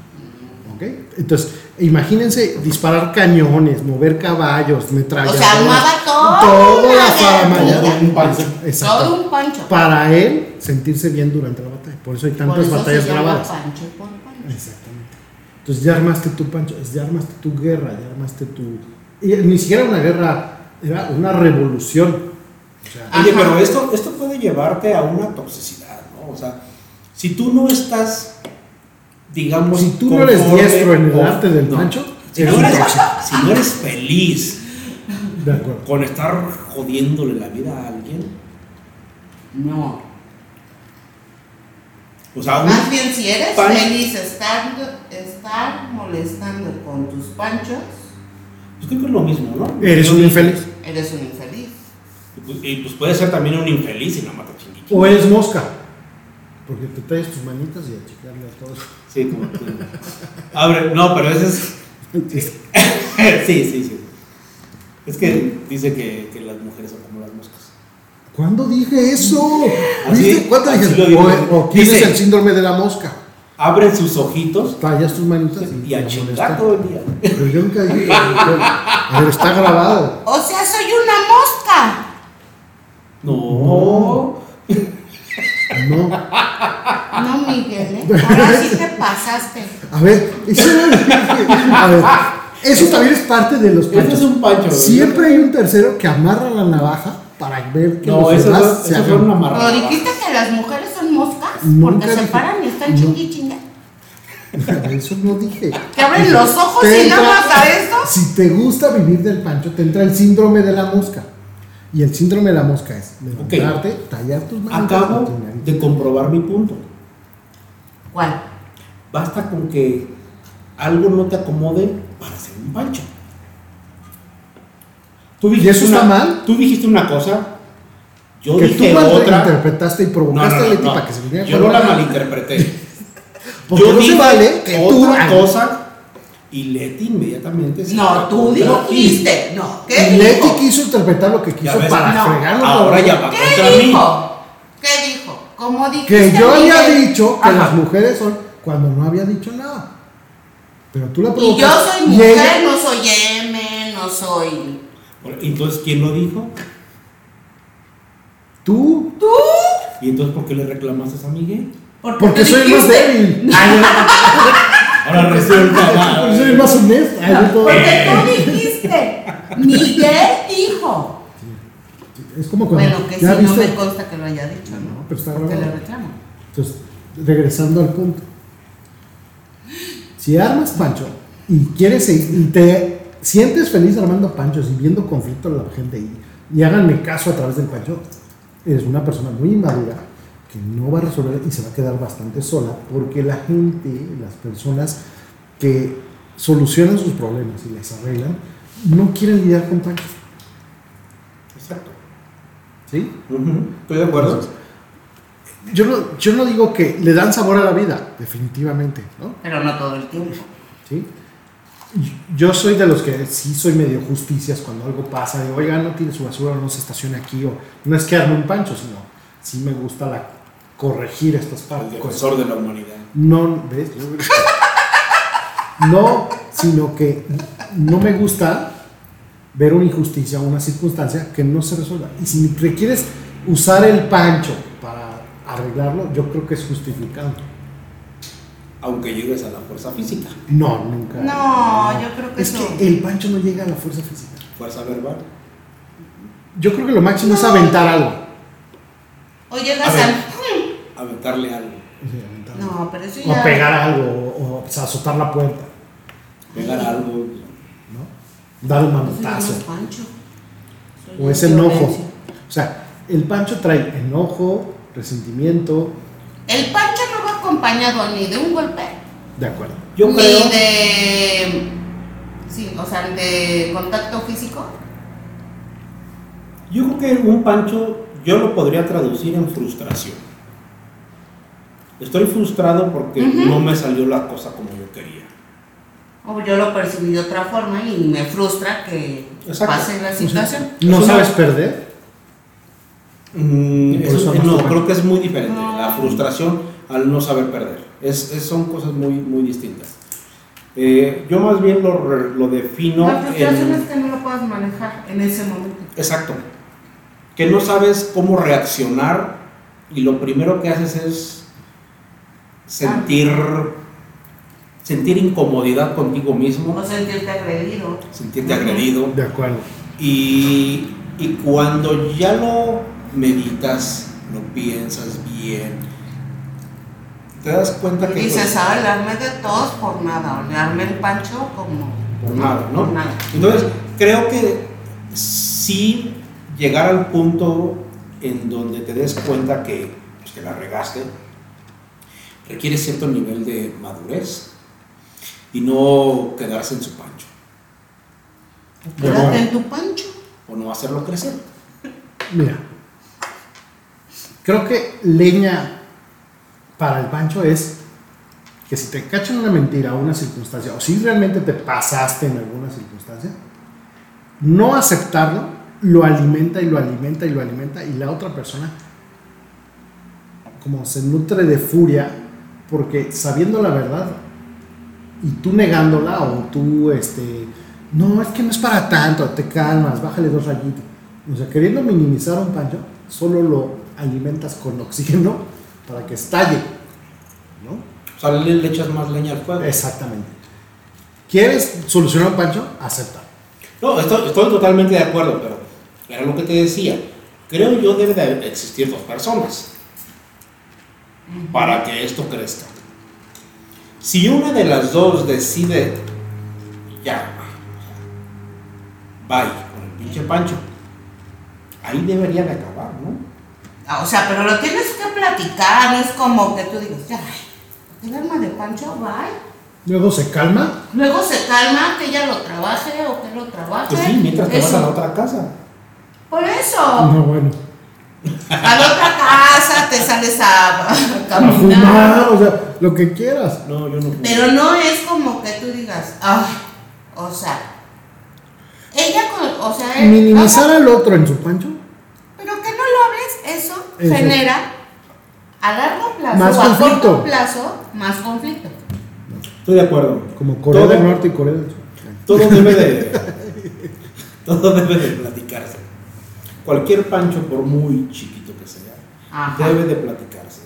[SPEAKER 3] ¿Ok? Entonces, imagínense disparar cañones, mover caballos, metrallas.
[SPEAKER 2] O sea, armaba toda
[SPEAKER 3] toda
[SPEAKER 2] una
[SPEAKER 3] la faramalla
[SPEAKER 2] guerrilla.
[SPEAKER 3] de un pancho.
[SPEAKER 2] Todo
[SPEAKER 3] Exacto.
[SPEAKER 2] un Pancho.
[SPEAKER 3] Para él sentirse bien durante la batalla. Por eso hay
[SPEAKER 2] Por
[SPEAKER 3] tantas
[SPEAKER 2] eso
[SPEAKER 3] batallas
[SPEAKER 2] se llama
[SPEAKER 3] grabadas.
[SPEAKER 2] Pancho por Pancho.
[SPEAKER 3] Exactamente. Entonces ya armaste tu pancho, ya armaste tu guerra, ya armaste tu. y ni siquiera una guerra, era una revolución. O sea,
[SPEAKER 4] Oye,
[SPEAKER 2] Ajá.
[SPEAKER 4] pero esto, esto puede llevarte a una toxicidad, ¿no? O sea, si tú no estás, digamos,
[SPEAKER 3] si tú no eres
[SPEAKER 4] conforme
[SPEAKER 3] diestro en el
[SPEAKER 4] o-
[SPEAKER 3] arte del
[SPEAKER 4] no.
[SPEAKER 3] pancho,
[SPEAKER 4] Si
[SPEAKER 3] eres
[SPEAKER 4] no,
[SPEAKER 3] un
[SPEAKER 4] eres,
[SPEAKER 3] tóxico.
[SPEAKER 4] si no eres feliz
[SPEAKER 3] De acuerdo.
[SPEAKER 4] con estar jodiéndole la vida a alguien,
[SPEAKER 2] No. Ah.
[SPEAKER 4] o sea, un-
[SPEAKER 2] Más bien, si eres
[SPEAKER 4] Pancho.
[SPEAKER 2] feliz estando, estar molestando con tus panchos,
[SPEAKER 4] yo pues creo que es lo mismo, ¿no?
[SPEAKER 3] Eres un
[SPEAKER 4] Yo-
[SPEAKER 3] infeliz.
[SPEAKER 2] eres un infeliz.
[SPEAKER 4] Y pues- Y pues puede ser también un infeliz y nada más te chinguiquín.
[SPEAKER 3] O eres mosca. Porque te traes tus manitas y a chicarle a todos.
[SPEAKER 4] Sí, como tú. Abre, no, pero ese es. [laughs] sí, sí, sí. Es que dice que, que las mujeres son como las moscas.
[SPEAKER 3] ¿Cuándo dije eso?
[SPEAKER 4] Así-
[SPEAKER 3] ¿Viste? ¿Cuándo
[SPEAKER 4] así
[SPEAKER 3] dije?
[SPEAKER 4] Ah, lo digo.
[SPEAKER 3] O, o tienes
[SPEAKER 4] Dice-
[SPEAKER 3] el síndrome de la mosca.
[SPEAKER 4] Abren sus ojitos
[SPEAKER 3] Tallas tus manitas
[SPEAKER 4] y a
[SPEAKER 3] te molestas.
[SPEAKER 4] chingar todo el día.
[SPEAKER 3] Pero yo nunca dije. Pero está grabado.
[SPEAKER 2] O sea, soy una mosca.
[SPEAKER 4] No.
[SPEAKER 3] No.
[SPEAKER 2] No, Miguel,
[SPEAKER 3] [laughs]
[SPEAKER 2] ¿eh? ahora sí te pasaste.
[SPEAKER 3] A ver, eso, a ver, eso también es parte de los
[SPEAKER 4] Eso es
[SPEAKER 3] panchos.
[SPEAKER 4] un pancho. ¿verdad?
[SPEAKER 3] Siempre hay un tercero que amarra la navaja para ver que
[SPEAKER 4] No,
[SPEAKER 3] los
[SPEAKER 4] eso,
[SPEAKER 3] demás
[SPEAKER 4] fue-
[SPEAKER 3] se
[SPEAKER 4] eso fue
[SPEAKER 3] hagan-
[SPEAKER 4] una
[SPEAKER 2] Pero
[SPEAKER 4] marrada.
[SPEAKER 2] dijiste que las mujeres son moscas
[SPEAKER 3] Nunca
[SPEAKER 2] porque se
[SPEAKER 3] dije-
[SPEAKER 2] paran y están
[SPEAKER 3] no.
[SPEAKER 2] chingui chinga.
[SPEAKER 3] Eso no dije.
[SPEAKER 2] Que abren los ojos
[SPEAKER 3] Te
[SPEAKER 2] y nada
[SPEAKER 3] entra-
[SPEAKER 2] más a esto.
[SPEAKER 3] Si te gusta vivir del pancho, te entra el síndrome de la mosca. Y el síndrome de la mosca es
[SPEAKER 4] Ok.
[SPEAKER 3] levantarte, tallar tus manos.
[SPEAKER 4] Acabo de comprobar mi punto.
[SPEAKER 2] ¿Cuál?
[SPEAKER 4] Basta con que algo no te acomode para ser un pancho. Tú
[SPEAKER 3] ¿Y eso está
[SPEAKER 4] una-
[SPEAKER 3] mal?
[SPEAKER 4] Tú dijiste una cosa, yo
[SPEAKER 3] Que tú
[SPEAKER 4] dije otra.
[SPEAKER 3] malinterpretaste y
[SPEAKER 4] No, no,
[SPEAKER 3] provocaste
[SPEAKER 4] no,
[SPEAKER 3] a Leti
[SPEAKER 4] no.
[SPEAKER 3] para que se viniera
[SPEAKER 4] Yo
[SPEAKER 3] con
[SPEAKER 4] no la
[SPEAKER 3] la-
[SPEAKER 4] malinterpreté.
[SPEAKER 3] Porque
[SPEAKER 4] yo
[SPEAKER 3] no
[SPEAKER 4] dije
[SPEAKER 3] se vale que tú.
[SPEAKER 4] otra cosa y Leti inmediatamente se
[SPEAKER 2] No, tú
[SPEAKER 4] contra ti.
[SPEAKER 2] dijiste. No, ¿qué
[SPEAKER 3] Y Leti
[SPEAKER 2] dijo?
[SPEAKER 3] quiso interpretar lo que
[SPEAKER 4] Ya
[SPEAKER 3] quiso
[SPEAKER 4] ves,
[SPEAKER 3] para
[SPEAKER 2] no.
[SPEAKER 3] fregarlo.
[SPEAKER 4] ahora
[SPEAKER 3] con-
[SPEAKER 4] ya va contra
[SPEAKER 2] ¿Qué
[SPEAKER 4] mí.
[SPEAKER 2] dijo? ¿Qué dijo? Como dijiste.
[SPEAKER 3] Que yo había
[SPEAKER 2] Miguel.
[SPEAKER 3] dicho que
[SPEAKER 4] Ajá.
[SPEAKER 3] las mujeres son cuando no había dicho nada. Pero tú la
[SPEAKER 2] Y yo
[SPEAKER 3] provocaste.
[SPEAKER 2] soy
[SPEAKER 3] y
[SPEAKER 2] mujer,
[SPEAKER 3] ella-
[SPEAKER 2] no soy M, no soy.
[SPEAKER 4] Por- Entonces, ¿quién lo dijo?
[SPEAKER 3] ¿Tú?
[SPEAKER 2] ¿Tú?
[SPEAKER 4] ¿Y entonces por qué le reclamaste a
[SPEAKER 2] [laughs]
[SPEAKER 4] Miguel?
[SPEAKER 3] Porque soy el más débil.
[SPEAKER 2] Ah,
[SPEAKER 4] Ahora [laughs] resulta. va,
[SPEAKER 3] Soy el más honesto. Ay, yo todo-
[SPEAKER 2] Porque tú dijiste. Miguel dijo.
[SPEAKER 3] Es como cuando.
[SPEAKER 2] Bueno, que si
[SPEAKER 3] ¿ya
[SPEAKER 2] no
[SPEAKER 3] viste?
[SPEAKER 2] me consta que lo haya dicho, ¿no?
[SPEAKER 3] pero está
[SPEAKER 2] Porque le
[SPEAKER 3] grabado.
[SPEAKER 2] reclamo.
[SPEAKER 3] Entonces, regresando al punto. Si armas Pancho y quieres seguir- y te sientes feliz armando Panchos y viendo conflicto a la gente y, y háganme caso a través del Pancho, eres una persona muy inmadura que no va a resolver y se va a quedar bastante sola porque la gente, las personas que solucionan sus problemas y las arreglan, no quieren lidiar con Panchos.
[SPEAKER 4] Exacto.
[SPEAKER 3] ¿Sí?
[SPEAKER 4] Ujú, Estoy de acuerdo.
[SPEAKER 3] Yo no, yo no digo que le dan sabor a la vida, definitivamente, ¿no?
[SPEAKER 2] Pero no todo el tiempo.
[SPEAKER 3] ¿sí? Y- Yo soy de los que sí soy medio justicias cuando algo pasa, de oiga, no tiene su basura, no se estaciona aquí, o no es que arme un pancho, sino sí me gusta la, corregir estas
[SPEAKER 4] Al
[SPEAKER 3] partes.
[SPEAKER 4] defensor de la humanidad.
[SPEAKER 3] No, ¿ves? Yo- No, sino que no me gusta ver una injusticia o una circunstancia que no se resuelva. Y si requieres usar el pancho para arreglarlo, yo creo que es justificado.
[SPEAKER 4] Aunque llegues a la fuerza física,
[SPEAKER 3] No, nunca.
[SPEAKER 2] No, yo creo que
[SPEAKER 3] es
[SPEAKER 2] eso.
[SPEAKER 3] que el pancho no llega a la fuerza física.
[SPEAKER 4] fuerza verbal.
[SPEAKER 3] Yo creo que lo máximo es aventar algo.
[SPEAKER 2] O llegas
[SPEAKER 4] A ver.
[SPEAKER 2] al.
[SPEAKER 4] Aventarle algo.
[SPEAKER 2] No, pero eso ya.
[SPEAKER 3] O pegar algo, o, o sea, azotar la puerta,
[SPEAKER 4] Pegar algo.
[SPEAKER 3] ¿no? Dar un
[SPEAKER 2] Eso ya no es
[SPEAKER 3] manotazo.
[SPEAKER 2] Pancho. Eso
[SPEAKER 3] O
[SPEAKER 2] ya
[SPEAKER 3] es enojo.
[SPEAKER 2] violencia.
[SPEAKER 3] O sea, el pancho trae enojo, resentimiento,
[SPEAKER 2] El pancho no va acompañado ni de un golpe,
[SPEAKER 3] de acuerdo.
[SPEAKER 4] Yo
[SPEAKER 2] ni
[SPEAKER 4] creo.
[SPEAKER 2] de. Sí, o sea, de contacto físico.
[SPEAKER 4] Yo creo que un pancho yo lo podría traducir en frustración. Estoy frustrado porque no me salió la cosa como yo quería.
[SPEAKER 2] O yo lo percibí de otra forma y me frustra que
[SPEAKER 4] Exacto.
[SPEAKER 2] pase la situación.
[SPEAKER 3] No
[SPEAKER 4] Es una-
[SPEAKER 3] sabes perder.
[SPEAKER 4] Mm,
[SPEAKER 3] Por
[SPEAKER 4] es-
[SPEAKER 3] eso no
[SPEAKER 4] no,
[SPEAKER 3] está
[SPEAKER 4] creo que es muy diferente.
[SPEAKER 2] No.
[SPEAKER 4] La frustración al no saber perder. Es, es- son cosas muy, muy distintas. Eh, yo más bien lo, re- lo defino
[SPEAKER 2] la frustración
[SPEAKER 4] en-
[SPEAKER 2] es que no lo puedas manejar en ese momento.
[SPEAKER 4] Exacto. Que no sabes cómo reaccionar y lo primero que haces es sentir sentir incomodidad contigo mismo,
[SPEAKER 2] O sentirte agredido.
[SPEAKER 4] sentirte agredido
[SPEAKER 3] De acuerdo.
[SPEAKER 4] y, y cuando ya lo meditas, lo piensas bien, te das cuenta
[SPEAKER 2] Y
[SPEAKER 4] que
[SPEAKER 2] dices,
[SPEAKER 4] pues,
[SPEAKER 2] ah, le armé de todos por nada. O le armé el pancho como.
[SPEAKER 4] por nada, ¿no?
[SPEAKER 2] Por nada.
[SPEAKER 4] Entonces, creo que sí llegar al punto en donde te des cuenta que, pues, que la regaste requiere cierto nivel de madurez y no quedarse en su pancho
[SPEAKER 2] Quédate
[SPEAKER 3] Bueno.
[SPEAKER 2] en tu pancho.
[SPEAKER 4] o no hacerlo crecer.
[SPEAKER 3] Mira, creo que leña para el pancho es que si te cachan una mentira o una circunstancia, o si realmente te pasaste en alguna circunstancia, no aceptarlo lo alimenta y lo alimenta y lo alimenta y la otra persona como se nutre de furia porque sabiendo la verdad y tú negándola o tú este no es que no es para tanto te calmas bájale dos rayitos o sea queriendo minimizar un pancho solo lo alimentas con [laughs] oxígeno para que estalle ¿no?
[SPEAKER 4] O sea, le, le echas más leña al fuego.
[SPEAKER 3] Exactamente. ¿Quieres solucionar un pancho? Acepta.
[SPEAKER 4] No, esto- estoy totalmente de acuerdo, pero era lo que te decía. Creo yo debe de existir dos personas para que esto crezca. Si una de las dos decide, ya, bye, con el pinche pancho, ahí deberían acabar, ¿no?
[SPEAKER 2] Ah, O sea, pero lo tienes que platicar, no es como que tú digas, ya, el alma de Pancho, bye.
[SPEAKER 3] Luego se calma.
[SPEAKER 2] Luego se calma, que ella lo trabaje o que lo trabaje.
[SPEAKER 4] Pues sí, mientras te vas
[SPEAKER 2] Eso.
[SPEAKER 4] a la otra casa.
[SPEAKER 2] Por eso,
[SPEAKER 3] No, bueno.
[SPEAKER 2] a la otra casa te sales
[SPEAKER 4] [laughs]
[SPEAKER 2] a, a
[SPEAKER 3] A
[SPEAKER 2] caminar.
[SPEAKER 3] fumar, o sea, lo que quieras.
[SPEAKER 4] No, yo no.
[SPEAKER 2] Pero no es como que tú digas, ay, o sea, ella, con- o sea, él-
[SPEAKER 3] Minimizar al otro en su pancho.
[SPEAKER 2] Pero que no lo hables, eso,
[SPEAKER 3] Eso.
[SPEAKER 2] genera a largo plazo
[SPEAKER 3] Más
[SPEAKER 2] o a corto
[SPEAKER 3] conflicto.
[SPEAKER 2] plazo más conflicto.
[SPEAKER 4] Estoy de acuerdo.
[SPEAKER 3] Como Corea
[SPEAKER 4] Todo-
[SPEAKER 3] del Norte y Corea del Sur.
[SPEAKER 4] Todo debe de. Todo debe de platicarse. Cualquier pancho, por muy chiquito que sea,
[SPEAKER 2] Ajá.
[SPEAKER 4] debe de platicarse.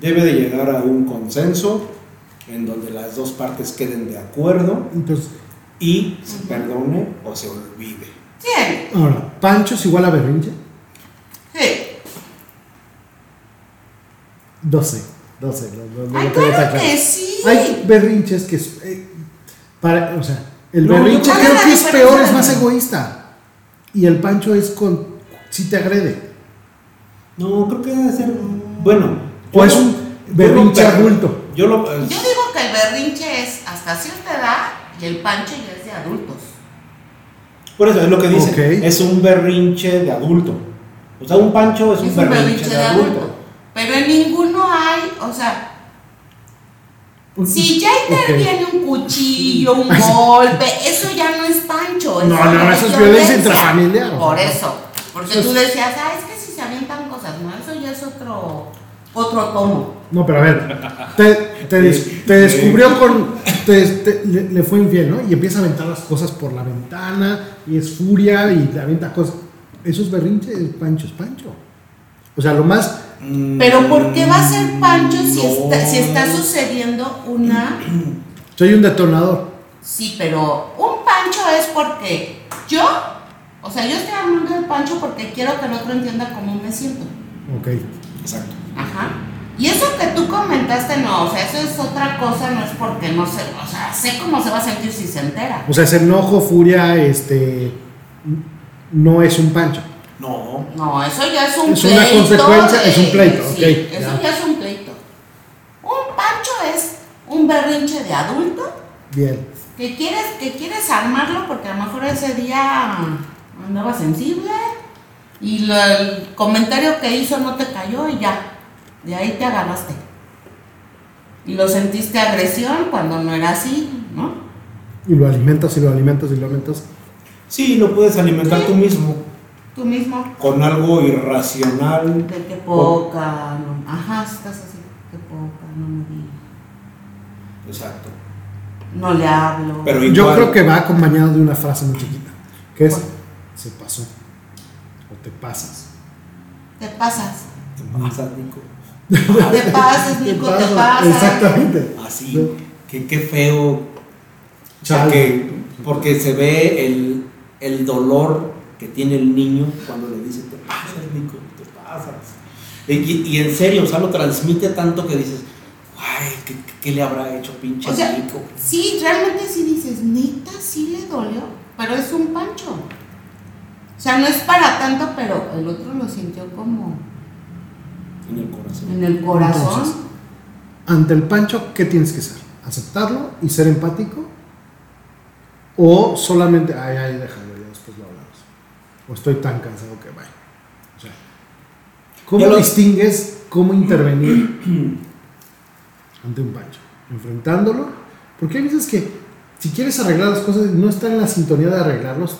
[SPEAKER 4] Debe de llegar a un consenso en donde las dos partes queden de acuerdo
[SPEAKER 3] Entonces,
[SPEAKER 4] y se perdone o se olvide.
[SPEAKER 2] Sí,
[SPEAKER 3] ahora, Pancho es igual a Berrinche.
[SPEAKER 2] sí.
[SPEAKER 3] No sé, no sé. No, no- no
[SPEAKER 2] Ay,
[SPEAKER 3] lo tengo tan
[SPEAKER 2] claro
[SPEAKER 3] claro.
[SPEAKER 2] que sí.
[SPEAKER 3] Hay berrinches que. es- eh, para, o sea, el
[SPEAKER 4] No,
[SPEAKER 3] berrinche
[SPEAKER 2] yo-
[SPEAKER 3] creo
[SPEAKER 2] ¿cuál es
[SPEAKER 3] que
[SPEAKER 2] la
[SPEAKER 3] es peor, es
[SPEAKER 2] diferencia?
[SPEAKER 3] más egoísta. Y el Pancho es con. Si te agrede.
[SPEAKER 4] No, creo que debe ser. Bueno,
[SPEAKER 3] O
[SPEAKER 4] yo
[SPEAKER 3] es
[SPEAKER 4] lo-
[SPEAKER 3] un
[SPEAKER 4] yo lo
[SPEAKER 3] Pues, berrinche
[SPEAKER 4] per-
[SPEAKER 3] adulto.
[SPEAKER 4] Yo lo. eh,
[SPEAKER 2] Yo digo que el berrinche es hasta cierta edad y el pancho ya es de adultos.
[SPEAKER 4] Por eso es lo que dice.
[SPEAKER 3] Ok.
[SPEAKER 4] Es un berrinche de adulto. O sea, un pancho es un, berrinche, de, adulto.
[SPEAKER 2] Pero en ninguno hay, o sea, si ya interviene un cuchillo,
[SPEAKER 3] [laughs]
[SPEAKER 2] un golpe, eso ya no es pancho.
[SPEAKER 3] No,
[SPEAKER 2] ya
[SPEAKER 3] no, eso es violencia intrafamiliar, o
[SPEAKER 2] Por
[SPEAKER 3] sea.
[SPEAKER 2] eso. Porque tú decías, ah, es que si se avientan cosas, no, eso ya es otro, otro tomo.
[SPEAKER 3] No, pero a ver. Te, te des- te
[SPEAKER 4] Sí.
[SPEAKER 3] descubrió con. te- te- le, le fue infiel, ¿no? Y empieza a aventar las cosas por la ventana. Y es furia y te avienta cosas. Eso es berrinche, es Pancho, es Pancho. O sea, lo más.
[SPEAKER 4] Mm,
[SPEAKER 3] Mm.
[SPEAKER 2] Pero ¿por qué va a ser pancho si,
[SPEAKER 4] No.
[SPEAKER 2] está, si está sucediendo una...
[SPEAKER 3] Soy un detonador.
[SPEAKER 2] Sí, pero un pancho es porque yo, o sea, yo estoy hablando del pancho porque quiero que el otro entienda cómo me siento.
[SPEAKER 3] Ok.
[SPEAKER 4] Exacto.
[SPEAKER 2] Ajá. Y eso que tú comentaste, no, o sea, eso es otra cosa, no es porque no sé, o sea, sé cómo se va a sentir si se entera.
[SPEAKER 3] O sea, ese enojo, furia, este. No es un Pancho.
[SPEAKER 4] No.
[SPEAKER 2] No, eso ya es un
[SPEAKER 3] Es una
[SPEAKER 2] pleito.
[SPEAKER 3] consecuencia, es un pleito,
[SPEAKER 2] sí,
[SPEAKER 3] ok,
[SPEAKER 2] Eso
[SPEAKER 3] ya.
[SPEAKER 2] ya. es un pleito. Un pancho es un berrinche de adulto
[SPEAKER 3] Bien.
[SPEAKER 2] que quieres, que quieres armarlo porque a lo mejor ese día andaba sensible y lo- el comentario que hizo no te cayó y ya, de ahí te agarraste. Y lo sentiste agresión cuando no era así, ¿no?
[SPEAKER 3] Y lo alimentas y lo alimentas y lo alimentas.
[SPEAKER 4] Sí, lo puedes alimentar tú mismo
[SPEAKER 2] Tú mismo,
[SPEAKER 4] con algo irracional.
[SPEAKER 2] de que poca, no, ajá, estás así, que poca, no me di,
[SPEAKER 4] Exacto.
[SPEAKER 2] no le hablo.
[SPEAKER 4] Pero
[SPEAKER 3] Yo
[SPEAKER 4] igual-
[SPEAKER 3] creo que va acompañado de una frase muy chiquita, que es, se pasó, o te pasas.
[SPEAKER 2] te pasas,
[SPEAKER 4] Te pasa, Nico.
[SPEAKER 2] te pasas, Nico, te pasas.
[SPEAKER 3] Exactamente.
[SPEAKER 4] Así. Que qué feo. O sea,
[SPEAKER 3] Chale.
[SPEAKER 4] que- porque se ve el, el dolor que tiene el niño cuando le dice, te pasas, Nico, te pasas. Y, y- y en serio, o sea, lo transmite tanto que dices, ay, ¿qué, qué- qué le habrá hecho pinche
[SPEAKER 2] O sea,
[SPEAKER 4] Nico?
[SPEAKER 2] Sí, realmente sí dices, neta, sí le dolió, pero es un pancho. O sea, no es para tanto, pero el otro lo sintió como
[SPEAKER 4] En el corazón.
[SPEAKER 2] en el corazón.
[SPEAKER 3] Entonces, Ante el pancho, ¿qué tienes que hacer? ¿Aceptarlo y ser empático? ¿O solamente, ay, ay, déjalo, ya después lo hablamos? ¿O estoy tan cansado que vaya? O sea, ¿Cómo
[SPEAKER 4] Ya lo-
[SPEAKER 3] distingues cómo intervenir ante un pancho? ¿Enfrentándolo? Porque hay veces que si quieres arreglar las cosas y no está en la sintonía de arreglarlos,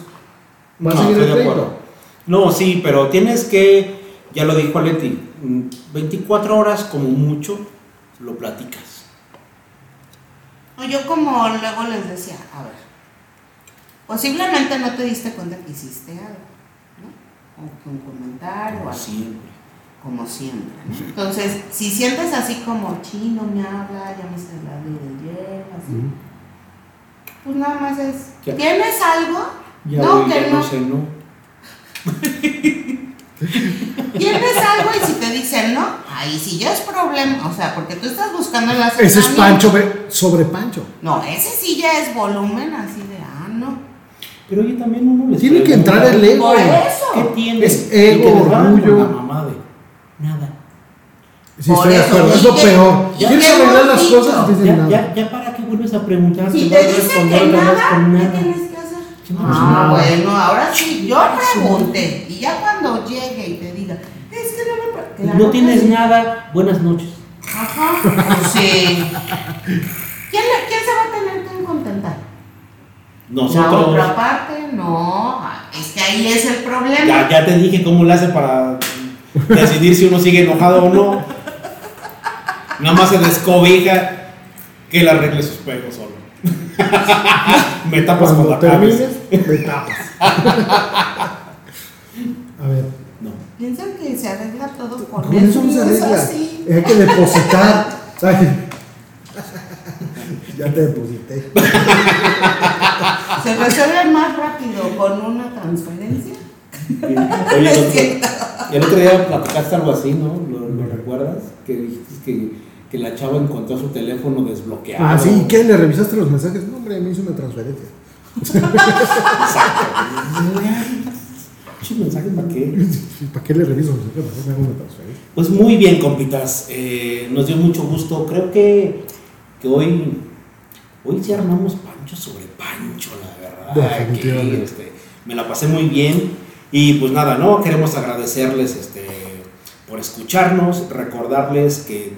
[SPEAKER 3] vas
[SPEAKER 4] No,
[SPEAKER 3] a seguir
[SPEAKER 4] estoy
[SPEAKER 3] el
[SPEAKER 4] de
[SPEAKER 3] pleito.
[SPEAKER 4] acuerdo. No, sí, pero tienes que, ya lo dijo Leti, mm, 24 horas como mucho lo platicas.
[SPEAKER 2] O yo como luego les decía, a ver, posiblemente no te diste cuenta que hiciste algo, ¿no? O que un comentario, o
[SPEAKER 4] Como
[SPEAKER 2] así,
[SPEAKER 4] siempre.
[SPEAKER 2] como siempre, ¿no? Entonces, si sientes así como, chino me habla, ya me está hablando del hielo, así,
[SPEAKER 3] Ujú.
[SPEAKER 2] pues nada más es,
[SPEAKER 4] Ya.
[SPEAKER 2] ¿tienes algo?
[SPEAKER 4] Ya,
[SPEAKER 2] No,
[SPEAKER 4] voy,
[SPEAKER 2] que
[SPEAKER 4] ya no
[SPEAKER 2] no.
[SPEAKER 4] sé, ¿no?
[SPEAKER 2] Tienes algo y si te dicen no, ahí sí ya es problema, o sea, porque tú estás buscando las
[SPEAKER 3] Ese es pancho ve- sobre pancho.
[SPEAKER 2] No, ese sí ya es volumen así de, ah, no.
[SPEAKER 4] Pero oye, también uno les
[SPEAKER 3] Tiene que
[SPEAKER 4] pregunta,
[SPEAKER 3] entrar el ego.
[SPEAKER 2] Por eso.
[SPEAKER 4] ¿Qué tiene?
[SPEAKER 3] Es
[SPEAKER 4] Y que les
[SPEAKER 3] ego,
[SPEAKER 4] va con
[SPEAKER 3] orgullo.
[SPEAKER 4] la mamá de nada.
[SPEAKER 3] Sí,
[SPEAKER 2] Por
[SPEAKER 3] estoy de
[SPEAKER 2] eso,
[SPEAKER 3] acuerdo.
[SPEAKER 2] y
[SPEAKER 3] Es lo
[SPEAKER 2] que- y
[SPEAKER 3] peor. Quieres
[SPEAKER 2] que hemos
[SPEAKER 3] arreglar las
[SPEAKER 2] dicho,
[SPEAKER 3] cosas y te dicen
[SPEAKER 4] Ya,
[SPEAKER 3] nada.
[SPEAKER 4] ya, ya para qué vuelves a preguntar
[SPEAKER 2] Si
[SPEAKER 4] no
[SPEAKER 2] te
[SPEAKER 4] vas a
[SPEAKER 2] dicen
[SPEAKER 4] responder
[SPEAKER 2] que
[SPEAKER 4] otra vez
[SPEAKER 2] nada,
[SPEAKER 4] con
[SPEAKER 2] ¿qué
[SPEAKER 4] nada.
[SPEAKER 2] tienes que hacer?
[SPEAKER 4] Chicos,
[SPEAKER 2] Ah,
[SPEAKER 4] nada.
[SPEAKER 2] bueno, ahora sí, yo pregunté. Y ya cuando llegue y te diga, es que no me... pre-
[SPEAKER 4] No
[SPEAKER 2] Claro que
[SPEAKER 4] tienes
[SPEAKER 2] sí.
[SPEAKER 4] nada, buenas noches.
[SPEAKER 2] Ajá, pues sí. ¿Quién, la- ¿Quién se va a tener que contentar? La
[SPEAKER 4] Nosotros,
[SPEAKER 2] otra parte, no. Es que ahí es el problema.
[SPEAKER 4] ya, ya te dije cómo le hace para decidir si uno sigue enojado o no. Nada más se descobija que le arregle sus pelos solo. [laughs] Me tapas con la cabeza.
[SPEAKER 3] termines, me tapas. A ver,
[SPEAKER 4] No.
[SPEAKER 2] Piensan que se arregla todo con,
[SPEAKER 3] con eso no se
[SPEAKER 2] eso
[SPEAKER 3] arregla.
[SPEAKER 2] sí.
[SPEAKER 3] Hay que depositar. Ay. Ya te deposité.
[SPEAKER 2] Se resuelve más rápido con una transferencia.
[SPEAKER 4] Oye, el otro, y el otro día platicaste algo así, ¿no? ¿Lo, lo recuerdas? Que dijiste que, que la chava encontró su teléfono desbloqueado.
[SPEAKER 3] Ah, sí, ¿y ¿qué? ¿Le revisaste los mensajes? No, hombre, me hizo una transferencia.
[SPEAKER 4] Che, mensaje para qué?
[SPEAKER 3] ¿Para qué le reviso los mensajes? Mejor me hago una transferencia.
[SPEAKER 4] Pues muy bien, compitas. Eh, nos dio mucho gusto. Creo que, que hoy, hoy sí armamos pancho sobre pancho, la verdad.
[SPEAKER 3] Definitivamente.
[SPEAKER 4] que, este, me la pasé muy bien. Y pues nada, ¿no? Queremos agradecerles este, por escucharnos, recordarles que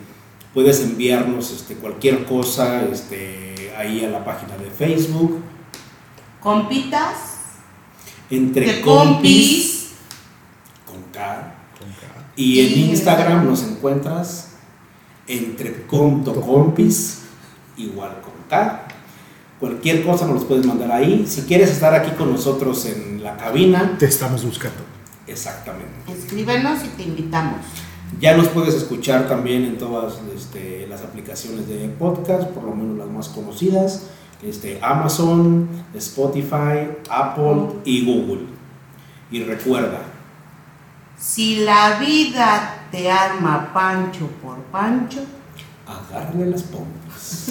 [SPEAKER 4] puedes enviarnos este, cualquier cosa este, ahí a la página de Facebook.
[SPEAKER 2] Compitas,
[SPEAKER 4] Entre
[SPEAKER 2] de
[SPEAKER 4] compis,
[SPEAKER 2] compis,
[SPEAKER 4] con K. Y en Instagram nos encuentras entre Conto Compis, igual con K. Cualquier cosa nos los puedes mandar ahí. Si quieres estar aquí con nosotros en la cabina,
[SPEAKER 3] Te estamos buscando.
[SPEAKER 4] exactamente.
[SPEAKER 2] escríbenos y te invitamos.
[SPEAKER 4] Ya nos puedes escuchar también en todas este, las aplicaciones de podcast, por lo menos las más conocidas, este, Amazon, Spotify, Apple y Google. Y recuerda,
[SPEAKER 2] Si la vida te arma pancho por pancho,
[SPEAKER 4] agarre las pompas.